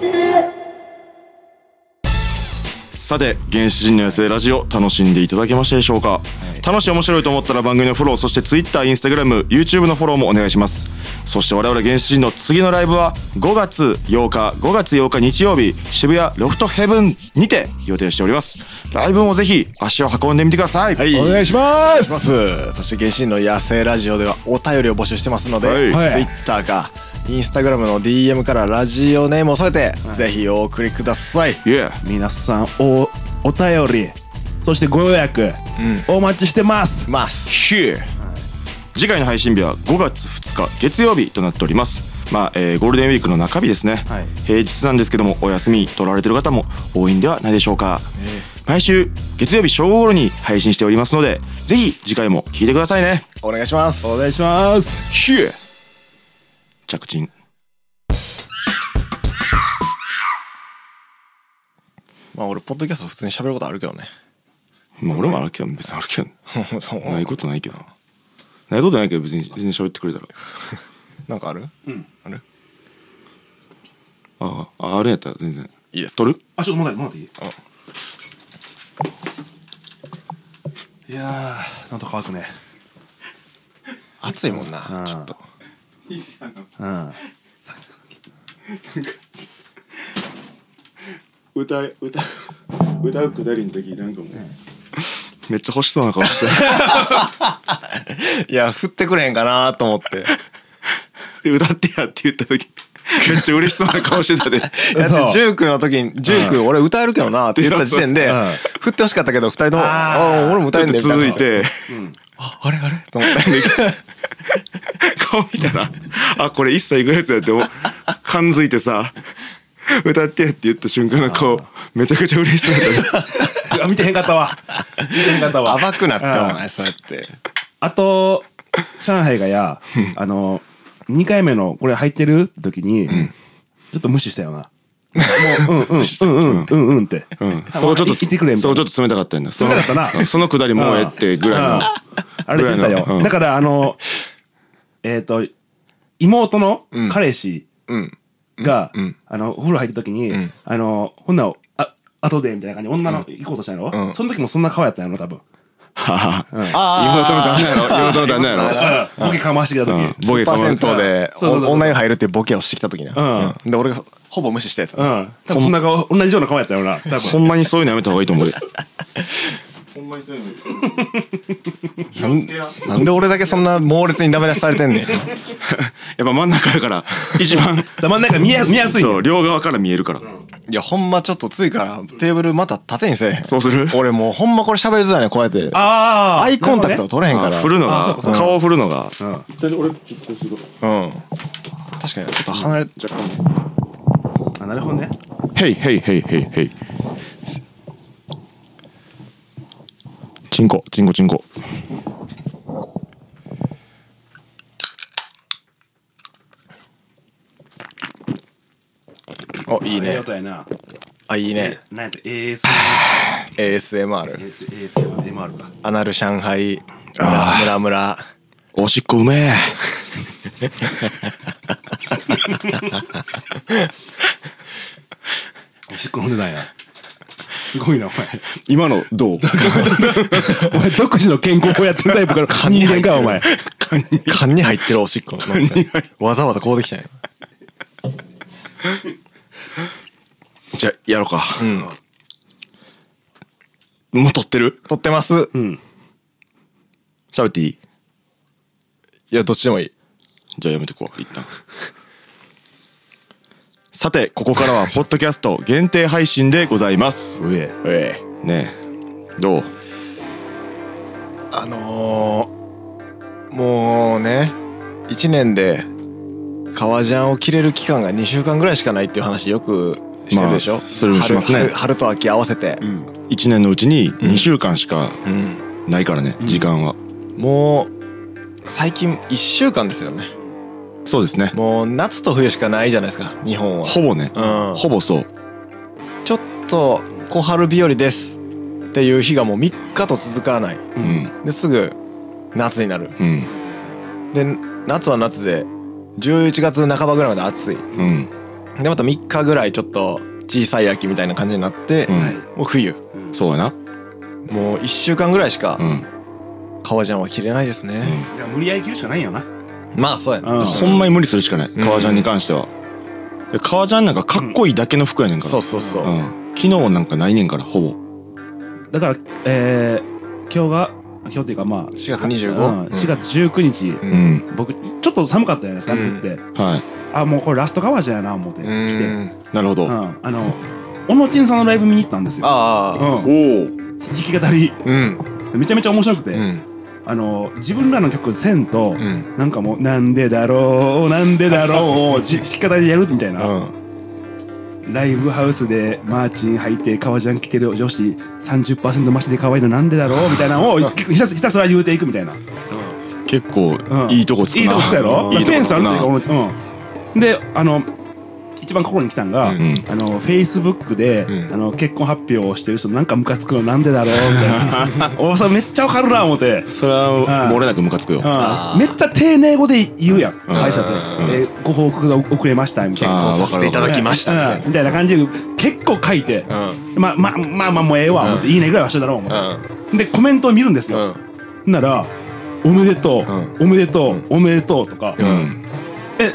Speaker 5: す
Speaker 1: さて原始人の野生ラジオ楽しんでいただけましたでしょうか、楽しい面白いと思ったら番組のフォローそして TwitterInstagramYouTube のフォローもお願いしますそして我々原始人の次のライブは5月8日5月8日日曜日渋谷ロフトヘブンにて予定しておりますライブもぜひ足を運んでみてください、
Speaker 2: い
Speaker 1: お
Speaker 2: お
Speaker 1: 願
Speaker 2: 願
Speaker 1: いします
Speaker 2: ますそして原神の野生ラジオではお便りを募集してますので、
Speaker 1: はい
Speaker 3: はい
Speaker 2: Twitter か Instagram の DM からラジオネームを添えて、ぜひお送りください
Speaker 1: Yeah
Speaker 3: 皆さんおお便りそしてご予約お待ちしてます
Speaker 2: ます、
Speaker 1: Here 次回の配信日は5月2日月曜日となっておりますまあ、えーゴールデンウィークの中日ですね、
Speaker 3: はい
Speaker 1: 平日なんですけどもお休み取られてる方も多いんではないでしょうか、毎週月曜日正午頃に配信しておりますのでぜひ次回も聞いてくださいね
Speaker 2: お願いします
Speaker 3: お願いします。
Speaker 1: Here 着賃
Speaker 2: まあ俺ポッドキャスト普通に喋ることあるけどね
Speaker 1: まあ俺もあるけど別にある けどないことないけどないことないけど別に別に喋ってくれたら
Speaker 2: なんかある、ある
Speaker 1: ああああれやったら全然
Speaker 2: いいです
Speaker 1: 取る
Speaker 3: あ、ちょっと待って、待っていい。いやー、なんと乾くね。
Speaker 2: 暑いもんな、
Speaker 3: うん
Speaker 2: ちょっと
Speaker 3: うん。
Speaker 1: 歌え歌う歌うくだりの時なんかもうめっちゃ欲しそうな顔して
Speaker 2: いや降ってくれへんかなと思って
Speaker 1: で歌ってやって言った時めっちゃ嬉しそうな顔してたで
Speaker 2: だって
Speaker 3: そう
Speaker 2: 19の時に19俺歌えるけどなって言った時点 で
Speaker 3: うん
Speaker 2: 降ってほしかったけど2人とも「ああ俺も歌えんねん」みたいな
Speaker 1: 続いて
Speaker 2: ああれあれと思 って
Speaker 1: 顔見たらあこれ一切いくやつやってもう感づいてさ歌ってやって言った瞬間の顔めちゃくちゃ嬉しそうだったね
Speaker 3: あ、見てへんかったわ。見てへんかったわ。
Speaker 2: 甘くなったお
Speaker 3: うん
Speaker 2: 前そうやって
Speaker 3: あと、上海がや、あの、2回目のこれ入ってる時に、ちょっと無視したよな。もう、うんうん、うんうん、うんうんって。
Speaker 1: うんそうちょっと
Speaker 3: いてくれみ
Speaker 1: そ
Speaker 3: たいな
Speaker 1: うちょっと冷たかったんだそ
Speaker 3: 冷
Speaker 1: の
Speaker 3: たかったな
Speaker 1: その くだりもうええってぐらい
Speaker 3: うん
Speaker 1: の
Speaker 3: あれ出た
Speaker 1: ぐらいのう
Speaker 3: よ。
Speaker 1: ん
Speaker 3: だから、あの、えっと、妹の彼氏が、あの、お風呂入った時に、あの、ほんなら、あ、後で、みたいな感じで女の行こうとしたんやろその時もそんな顔やったんやろ、多分。
Speaker 1: はあ妹の
Speaker 2: あ
Speaker 1: 旦那やろ妹の旦那やろ
Speaker 3: うんボケかましてきた時。
Speaker 1: ボケ
Speaker 2: ー
Speaker 1: か
Speaker 2: パ
Speaker 1: ま
Speaker 2: ーセントで
Speaker 3: そうそうそう
Speaker 2: お女湯入るってボケをしてきた時な、うんで俺がほぼ無視したやつ
Speaker 3: う
Speaker 2: な、
Speaker 3: ん。多分そんな顔、同じような顔やったよな、多
Speaker 1: ほ
Speaker 3: 分。
Speaker 1: んまにそういうのやめた方がいいと思うで
Speaker 2: なんなんで俺だけそんな猛烈にダメ出しされ てんね
Speaker 1: や
Speaker 2: ん
Speaker 1: っぱ真ん中やから一 番
Speaker 3: 真ん中見や見やすい。
Speaker 1: そう両側から見えるから、
Speaker 2: いやほんまちょっとついからテーブルまた縦にせえへん
Speaker 1: そうする
Speaker 2: 俺もうほんまこれ喋りづらいねこうやって
Speaker 3: ああ。
Speaker 2: アイコンタクトは取れへんか
Speaker 1: あ
Speaker 2: ら
Speaker 1: 振るの
Speaker 3: あそ
Speaker 1: が
Speaker 3: うかそうか
Speaker 1: 顔を振るのが
Speaker 3: うん。
Speaker 2: うん確かにちょっと離れて
Speaker 3: あ、なるほどね。
Speaker 1: 「ヘイヘイヘイヘイヘイ」チンコチンコチンコ
Speaker 2: いいね
Speaker 3: ええ音やな。
Speaker 2: あいいね
Speaker 3: なんやった AS、
Speaker 2: ASMR
Speaker 3: AS、AS、MR か。
Speaker 2: アナル上海ムラムラ
Speaker 1: おしっこうめえ
Speaker 3: おしっこ飲んでないや。すごいな、お前。
Speaker 1: 今のど う
Speaker 3: お前、独自の健康法やってるタイ プから人間か、お前。
Speaker 2: 缶に入ってるおしっこわざわざこうできたんや
Speaker 1: じゃあやろうかもう撮ってる
Speaker 2: 撮ってます
Speaker 3: うん。
Speaker 1: 喋っていい
Speaker 2: いやどっちでもいい
Speaker 1: じゃあやめてこう一旦さてここからはポッドキャスト限定配信でございます
Speaker 3: うえ。
Speaker 2: ええ
Speaker 1: ねえどう
Speaker 2: あのーもうね1年で革ジャンを着れる期間が2週間ぐらいしかないっていう話よくしてるでしょ、
Speaker 1: まあそれもしますね
Speaker 2: 春春春と秋合わせて、
Speaker 1: 1年のうちに2週間しか
Speaker 2: うん
Speaker 1: ないからね、時間は
Speaker 2: もう最近1週間ですよね
Speaker 1: そうですね
Speaker 2: もう夏と冬しかないじゃないですか日本は
Speaker 1: ほぼね、
Speaker 2: うん
Speaker 1: ほぼそう
Speaker 2: ちょっと小春日和ですっていう日がもう3日と続かない
Speaker 1: うん
Speaker 2: ですぐ夏になる
Speaker 1: うん
Speaker 2: で夏は夏で11月半ばぐらいまで暑い
Speaker 1: うん
Speaker 2: でまた3日ぐらいちょっと小さい秋みたいな感じになって、
Speaker 1: うん
Speaker 2: もう冬
Speaker 1: そうやな
Speaker 2: もう1週間ぐらいしか
Speaker 1: うん、うん
Speaker 2: 革ジャンは着れないですね、
Speaker 3: いや、無理やり切るしかないよな。う
Speaker 2: まあそうや
Speaker 3: ん。
Speaker 1: ほんまに無理するしかない
Speaker 2: ん
Speaker 1: 革ジャンに関しては、で革ジャンなんかかっこいいだけの服やねんから、
Speaker 2: そうそうそう、
Speaker 1: うん、機能なんかないねんからほぼ
Speaker 3: だから、えー、今日が、今日っていうかまあ、
Speaker 2: 4月25
Speaker 3: うん4月19日、
Speaker 1: うんん、
Speaker 3: 僕、ちょっと寒かったじゃないですか、
Speaker 2: うん
Speaker 3: って。
Speaker 1: はい
Speaker 3: あ、もうこれラストカバーじゃやな、思って。
Speaker 2: う
Speaker 3: 来て。うん
Speaker 2: ん
Speaker 1: なるほど、
Speaker 3: あの、小野ちんさんのライブ見に行ったんですよ。う
Speaker 2: ああ
Speaker 3: ん。
Speaker 1: おお
Speaker 3: 弾き語り、
Speaker 2: うん
Speaker 3: めちゃめちゃ面白くて。
Speaker 2: うん
Speaker 3: あの自分らの曲「せん」と、
Speaker 2: ん
Speaker 3: なんかもう「なんでだろうなんでだ ろう」をじ弾き方でやるみたいな、
Speaker 2: うん
Speaker 3: ライブハウスでマーチン履いて革ジャン着てる女子30%増しで可愛いのなんで だろうみたいなのをひたすひたすら言うていくみたいな、
Speaker 1: 結構
Speaker 3: うん
Speaker 1: いいとこつく
Speaker 3: いい
Speaker 1: な、
Speaker 3: とこ来たやろ、
Speaker 1: いいとこつくな
Speaker 3: センスあるっていうか俺うん、であの一番ここに来たんが、
Speaker 1: ん
Speaker 3: あのフェイスブックで、
Speaker 2: うん
Speaker 3: あの結婚発表をしてる人なんかムカつくのなんでだろうみた いなおそれめっちゃわかるな思って。
Speaker 1: それは漏れなくムカつくよ、
Speaker 2: あー
Speaker 3: めっちゃ丁寧語で言うやん
Speaker 1: ん
Speaker 3: 会社
Speaker 1: うん
Speaker 3: でえー「ご報告が遅れました」みたい
Speaker 1: あ
Speaker 3: な。
Speaker 2: 結婚させていただきましたみたい
Speaker 3: うんみたいな感じで結構書いて、
Speaker 2: な
Speaker 3: まあまあまあまあもうええわ思って、いいねぐらいはしてだろう思っ
Speaker 2: うん
Speaker 3: て、でコメントを見るんです
Speaker 2: う
Speaker 3: よ、
Speaker 2: ん
Speaker 3: なら「おめでとう、おめでとう、おめでとう」とか「
Speaker 1: うん
Speaker 3: え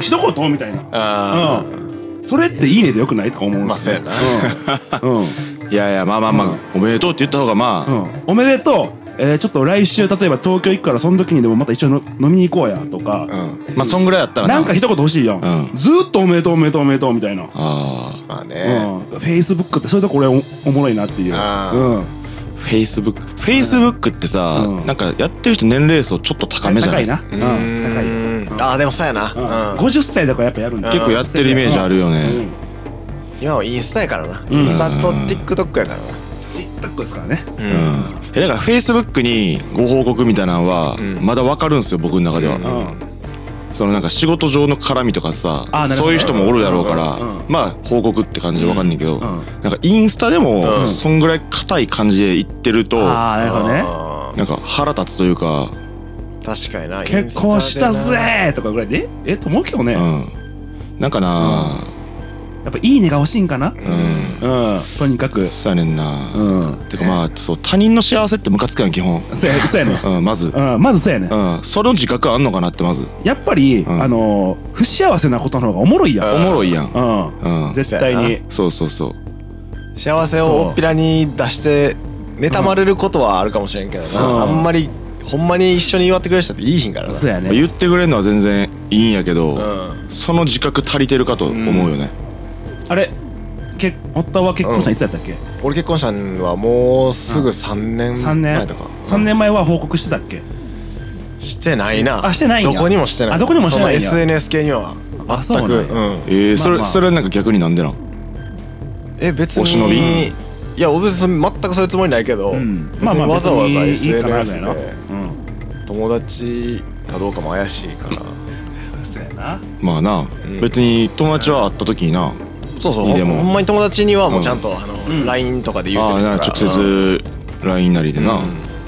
Speaker 3: 一言?」みたいな
Speaker 2: ああ
Speaker 3: 「それっていいね」でよくないとか思うんですよ、
Speaker 2: ま
Speaker 3: うんうん
Speaker 1: いやいやまあまあまあ、
Speaker 3: うん
Speaker 1: おめでとうって言った方がまあ、
Speaker 3: うん、おめでとう、えーちょっと来週例えば東京行くからその時にでもまた一緒に飲みに行こうや」とか、
Speaker 2: うん
Speaker 1: まあそんぐらいやったら
Speaker 3: なんか一言欲しいやん、
Speaker 1: うん
Speaker 3: ずーっとおめでとうおめでとうおめでとうみたいな、
Speaker 1: あ
Speaker 2: まあ
Speaker 3: うん
Speaker 2: ね、
Speaker 3: フェイスブックってそういうとこ俺おおもろいなっていう、
Speaker 2: あー
Speaker 3: うん、
Speaker 1: あフェイスブックフェイスブックってさ、
Speaker 3: うん
Speaker 1: なんかやってる人年齢層ちょっと高めじゃ
Speaker 3: 高
Speaker 1: ない
Speaker 3: いな、うん、高い、うん
Speaker 2: うんああでもそうやな、うん
Speaker 3: 50歳とかやっぱやるんだ
Speaker 1: 結構やってるイメージあるよね、
Speaker 3: うん、
Speaker 2: 今はインスタやからな、
Speaker 3: ん
Speaker 2: インスタと TikTok やからな
Speaker 3: TikTok ですからね
Speaker 2: うん、
Speaker 1: えだからフェイスブックにご報告みたいなのは
Speaker 2: ん
Speaker 1: まだ分かるんですよ僕の中では、
Speaker 3: うん、
Speaker 1: そのなんか仕事上の絡みとかさ
Speaker 3: あーなるほど
Speaker 1: そういう人もおるだろうから、
Speaker 3: うんうん
Speaker 1: まあ報告って感じで分かんないけど、
Speaker 3: んうん
Speaker 1: なんかインスタで
Speaker 2: う
Speaker 1: も
Speaker 2: ん
Speaker 1: そんぐらい硬い感じで言ってると、
Speaker 3: ああなるほどね
Speaker 2: あ
Speaker 1: なんか腹立つというか、
Speaker 2: ー確かにな
Speaker 3: 結婚したぜーとかぐらいでええと思うけどね、
Speaker 1: う
Speaker 3: や
Speaker 1: ん、なんかな
Speaker 3: っぱ「いいね」が欲しいんかな
Speaker 1: うん、
Speaker 3: うん、とにかく
Speaker 1: そうやねんな、
Speaker 3: うん
Speaker 1: てかまあそう他人の幸せってムカつくやん基本、
Speaker 3: そうやそうやね
Speaker 1: うん、まず、う
Speaker 3: うん、まずそうやね
Speaker 1: ん、それの自覚あんのかなってまず
Speaker 3: やっぱり、
Speaker 1: うん
Speaker 3: あのー不幸せなことの方がおもろいや
Speaker 1: お
Speaker 3: ん、
Speaker 1: もろいやん、
Speaker 3: うん
Speaker 1: うん、
Speaker 3: 絶対に
Speaker 1: そうそうそう
Speaker 2: 幸せをおっぴらに出して妬まれることはあるかもしれんけどな、
Speaker 3: うん
Speaker 2: あんまりほんまに一緒に祝ってくれる人っていいひんからな
Speaker 3: そうやね
Speaker 1: 言ってくれるのは全然いいんやけど、
Speaker 2: うん
Speaker 1: その自覚足りてるかと思うよね、
Speaker 3: あれけ夫は結婚したのいつやったっけ、
Speaker 2: 俺結婚したんはもうすぐ3年
Speaker 3: 三年
Speaker 2: 前とか
Speaker 3: 3年前は報告してたっけ
Speaker 2: してないな
Speaker 3: あしてないんや
Speaker 2: どこにもしてない
Speaker 3: あどこにもしてないんや
Speaker 2: その SNS 系には
Speaker 3: あそう
Speaker 2: 全
Speaker 3: なん
Speaker 2: く
Speaker 3: や
Speaker 2: うん
Speaker 1: えー
Speaker 3: まあ
Speaker 1: それ、
Speaker 3: まあ
Speaker 1: それはなんか逆になんでなん
Speaker 2: え別
Speaker 1: お忍び
Speaker 2: にいや俺別に全くそういうつもりないけど、
Speaker 3: うん
Speaker 2: 別にわざわざ
Speaker 3: 別にいいかなぐ
Speaker 2: SNS
Speaker 3: らい
Speaker 2: で
Speaker 3: なうん
Speaker 2: 友達かどうかも怪しいから
Speaker 3: そうやな
Speaker 1: まあな、
Speaker 2: ん
Speaker 1: 別に友達は会った時にな
Speaker 2: そうそう
Speaker 1: に
Speaker 2: ほ
Speaker 1: でも
Speaker 2: んまに友達にはもうちゃんと、あ
Speaker 3: ん
Speaker 2: の LINE とかで言う
Speaker 1: あ
Speaker 2: て
Speaker 1: あ
Speaker 2: るから
Speaker 1: な直接 LINE なりでな、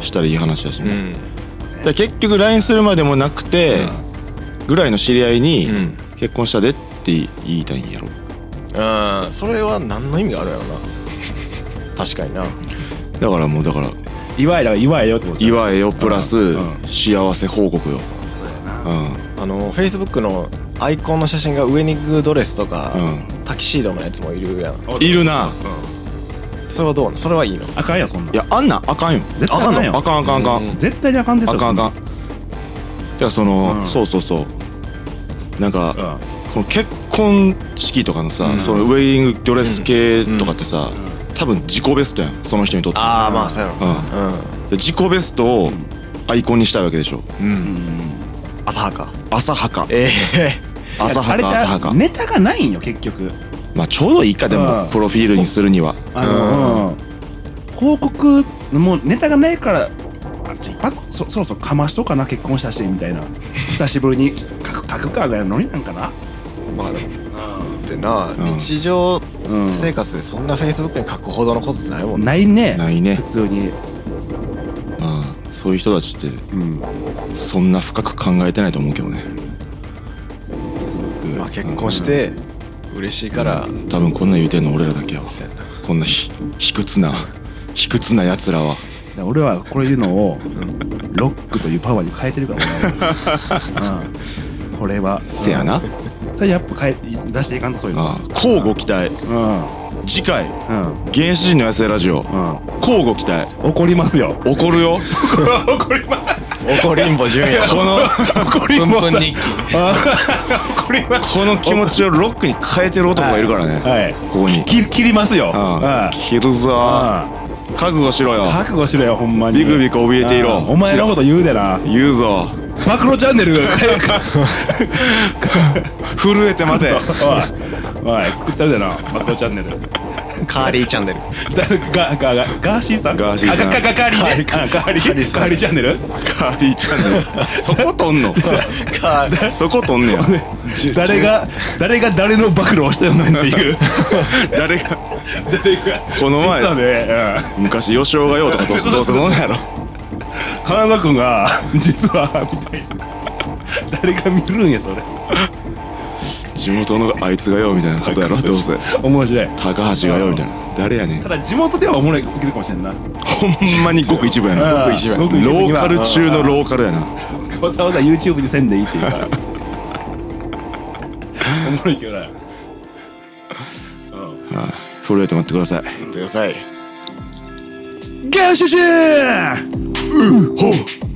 Speaker 1: したらいい話だし、
Speaker 2: う
Speaker 1: ね
Speaker 2: ん
Speaker 1: だから結局 LINE するまでもなくて、ぐらいの知り合いに、
Speaker 2: うん
Speaker 1: 結婚したで」って言いたいんやろ
Speaker 2: うんそれは何の意味があるやろな確かにな
Speaker 1: だからもうだから
Speaker 3: 祝いだから祝いよってこ
Speaker 1: 「
Speaker 3: とだ
Speaker 1: 祝えよ」プラス
Speaker 3: うん
Speaker 1: 「幸せ報告よ」
Speaker 3: そうや
Speaker 1: う
Speaker 3: なん
Speaker 2: あの Facebook のアイコンの写真がウエニングドレスとか、
Speaker 1: うん
Speaker 2: タキシードのやつもいるやん
Speaker 1: いるな
Speaker 2: それはどうなのそれはいいの
Speaker 3: あかんよそんなん
Speaker 1: いやあんなんあかんよ
Speaker 3: 絶対あかんよ
Speaker 1: あかんあかんあかん、
Speaker 2: うん
Speaker 3: 絶対にあかんです
Speaker 1: あ
Speaker 3: よ
Speaker 1: かんあかんだからその、
Speaker 3: うん
Speaker 1: そうそうそうなんか、
Speaker 3: そんなん
Speaker 1: この結婚式とかのさ、そのウェディングドレス系とかってさ、多分自己ベストやんその人にとって
Speaker 2: ああまあそうやろ
Speaker 1: うんで自己ベストをアイコンにしたいわけでしょ
Speaker 2: うん、う、
Speaker 3: うんん
Speaker 2: 浅はか
Speaker 1: 浅はか
Speaker 2: え
Speaker 1: 浅は
Speaker 3: あれ
Speaker 1: か
Speaker 3: じ
Speaker 1: 浅
Speaker 3: ゃ
Speaker 1: はか
Speaker 3: うネタがないんよ結局
Speaker 1: まあちょうどいいかで
Speaker 3: う
Speaker 1: も
Speaker 3: ん
Speaker 1: プロフィールにするには
Speaker 3: あのうん報告もうネタがないからあちょ一発そそろそろかましとうかな結婚したしみたいな久しぶりに書く書くかぐらいのノリなんかな
Speaker 2: えまあでもってな、
Speaker 1: ん
Speaker 2: 日常
Speaker 3: うん
Speaker 2: 生活でそんな Facebook に書くほどのことってないもんね、
Speaker 3: ないね
Speaker 1: ないね
Speaker 3: 普通に
Speaker 1: まあそういう人たちって
Speaker 3: うん
Speaker 1: そんな深く考えてないと思うけどね
Speaker 3: すごく
Speaker 2: まあ、結婚して嬉しいから、
Speaker 1: 多分こんなん言うてんの俺らだけよ
Speaker 2: そうやな
Speaker 1: こんなひ卑屈な卑屈なやつらは
Speaker 3: だから俺はこれいうのをロックというパワーに変えてるから俺 は、うん、これは
Speaker 1: せやな
Speaker 3: ただやっぱ変え出していかんとそういうの
Speaker 1: ああ交互期待
Speaker 3: うん
Speaker 1: 次回
Speaker 3: うん
Speaker 1: 原始人の野生ラジオ
Speaker 3: う
Speaker 1: 交互期待
Speaker 3: ん怒りますよ
Speaker 1: 怒るよ
Speaker 3: 怒りま
Speaker 2: 怒りんぼ純也
Speaker 1: この
Speaker 3: 怒りま
Speaker 2: ぷんぷん日記
Speaker 3: 怒ります
Speaker 1: この気持ちをロックに変えてる男がいるからね、
Speaker 3: はい
Speaker 1: ここに
Speaker 3: 切切りますよ
Speaker 1: ああ
Speaker 3: うん
Speaker 1: 切るぞ
Speaker 3: うん
Speaker 1: 覚悟しろよ
Speaker 3: 覚悟しろよほんまに
Speaker 1: ビクビク怯えていろ
Speaker 3: うんお前のこと言うでな
Speaker 1: 言うぞ
Speaker 3: 暴露チャンネル変え
Speaker 1: 震えて 待て
Speaker 3: よおいおい作ったるでな暴露チャンネル
Speaker 2: カーリーチャンネル
Speaker 3: だガガガガーシーさん
Speaker 1: ガーシーさん
Speaker 3: あガガガガーリーねあガーリーガーリーチャンネル
Speaker 1: カーリーチャンネルそことんの
Speaker 2: カーリー
Speaker 1: そことんねや
Speaker 3: 誰が誰が誰の暴露をしたよねんっていう
Speaker 1: 誰が
Speaker 3: 誰が
Speaker 1: この前
Speaker 3: 実はね、
Speaker 1: 昔吉尾がようとかどうすどうするもんやろ
Speaker 3: うん、花輪君が実はみたいな誰が見るんやそれ
Speaker 1: 地元のあいつがようみたいなことやろどうせ
Speaker 3: 面白い
Speaker 1: 高橋がようみたいな誰やねん
Speaker 3: ただ地元ではおもろい受けるかもしれんなご
Speaker 1: ほんまにごく一部やな
Speaker 2: ごく一部や
Speaker 1: ローカル中のローカルやな
Speaker 3: わざわざ YouTube にせんでいいっていうから おもろいけどな
Speaker 1: 震えて待ってください
Speaker 2: ください
Speaker 3: ガーシュシュー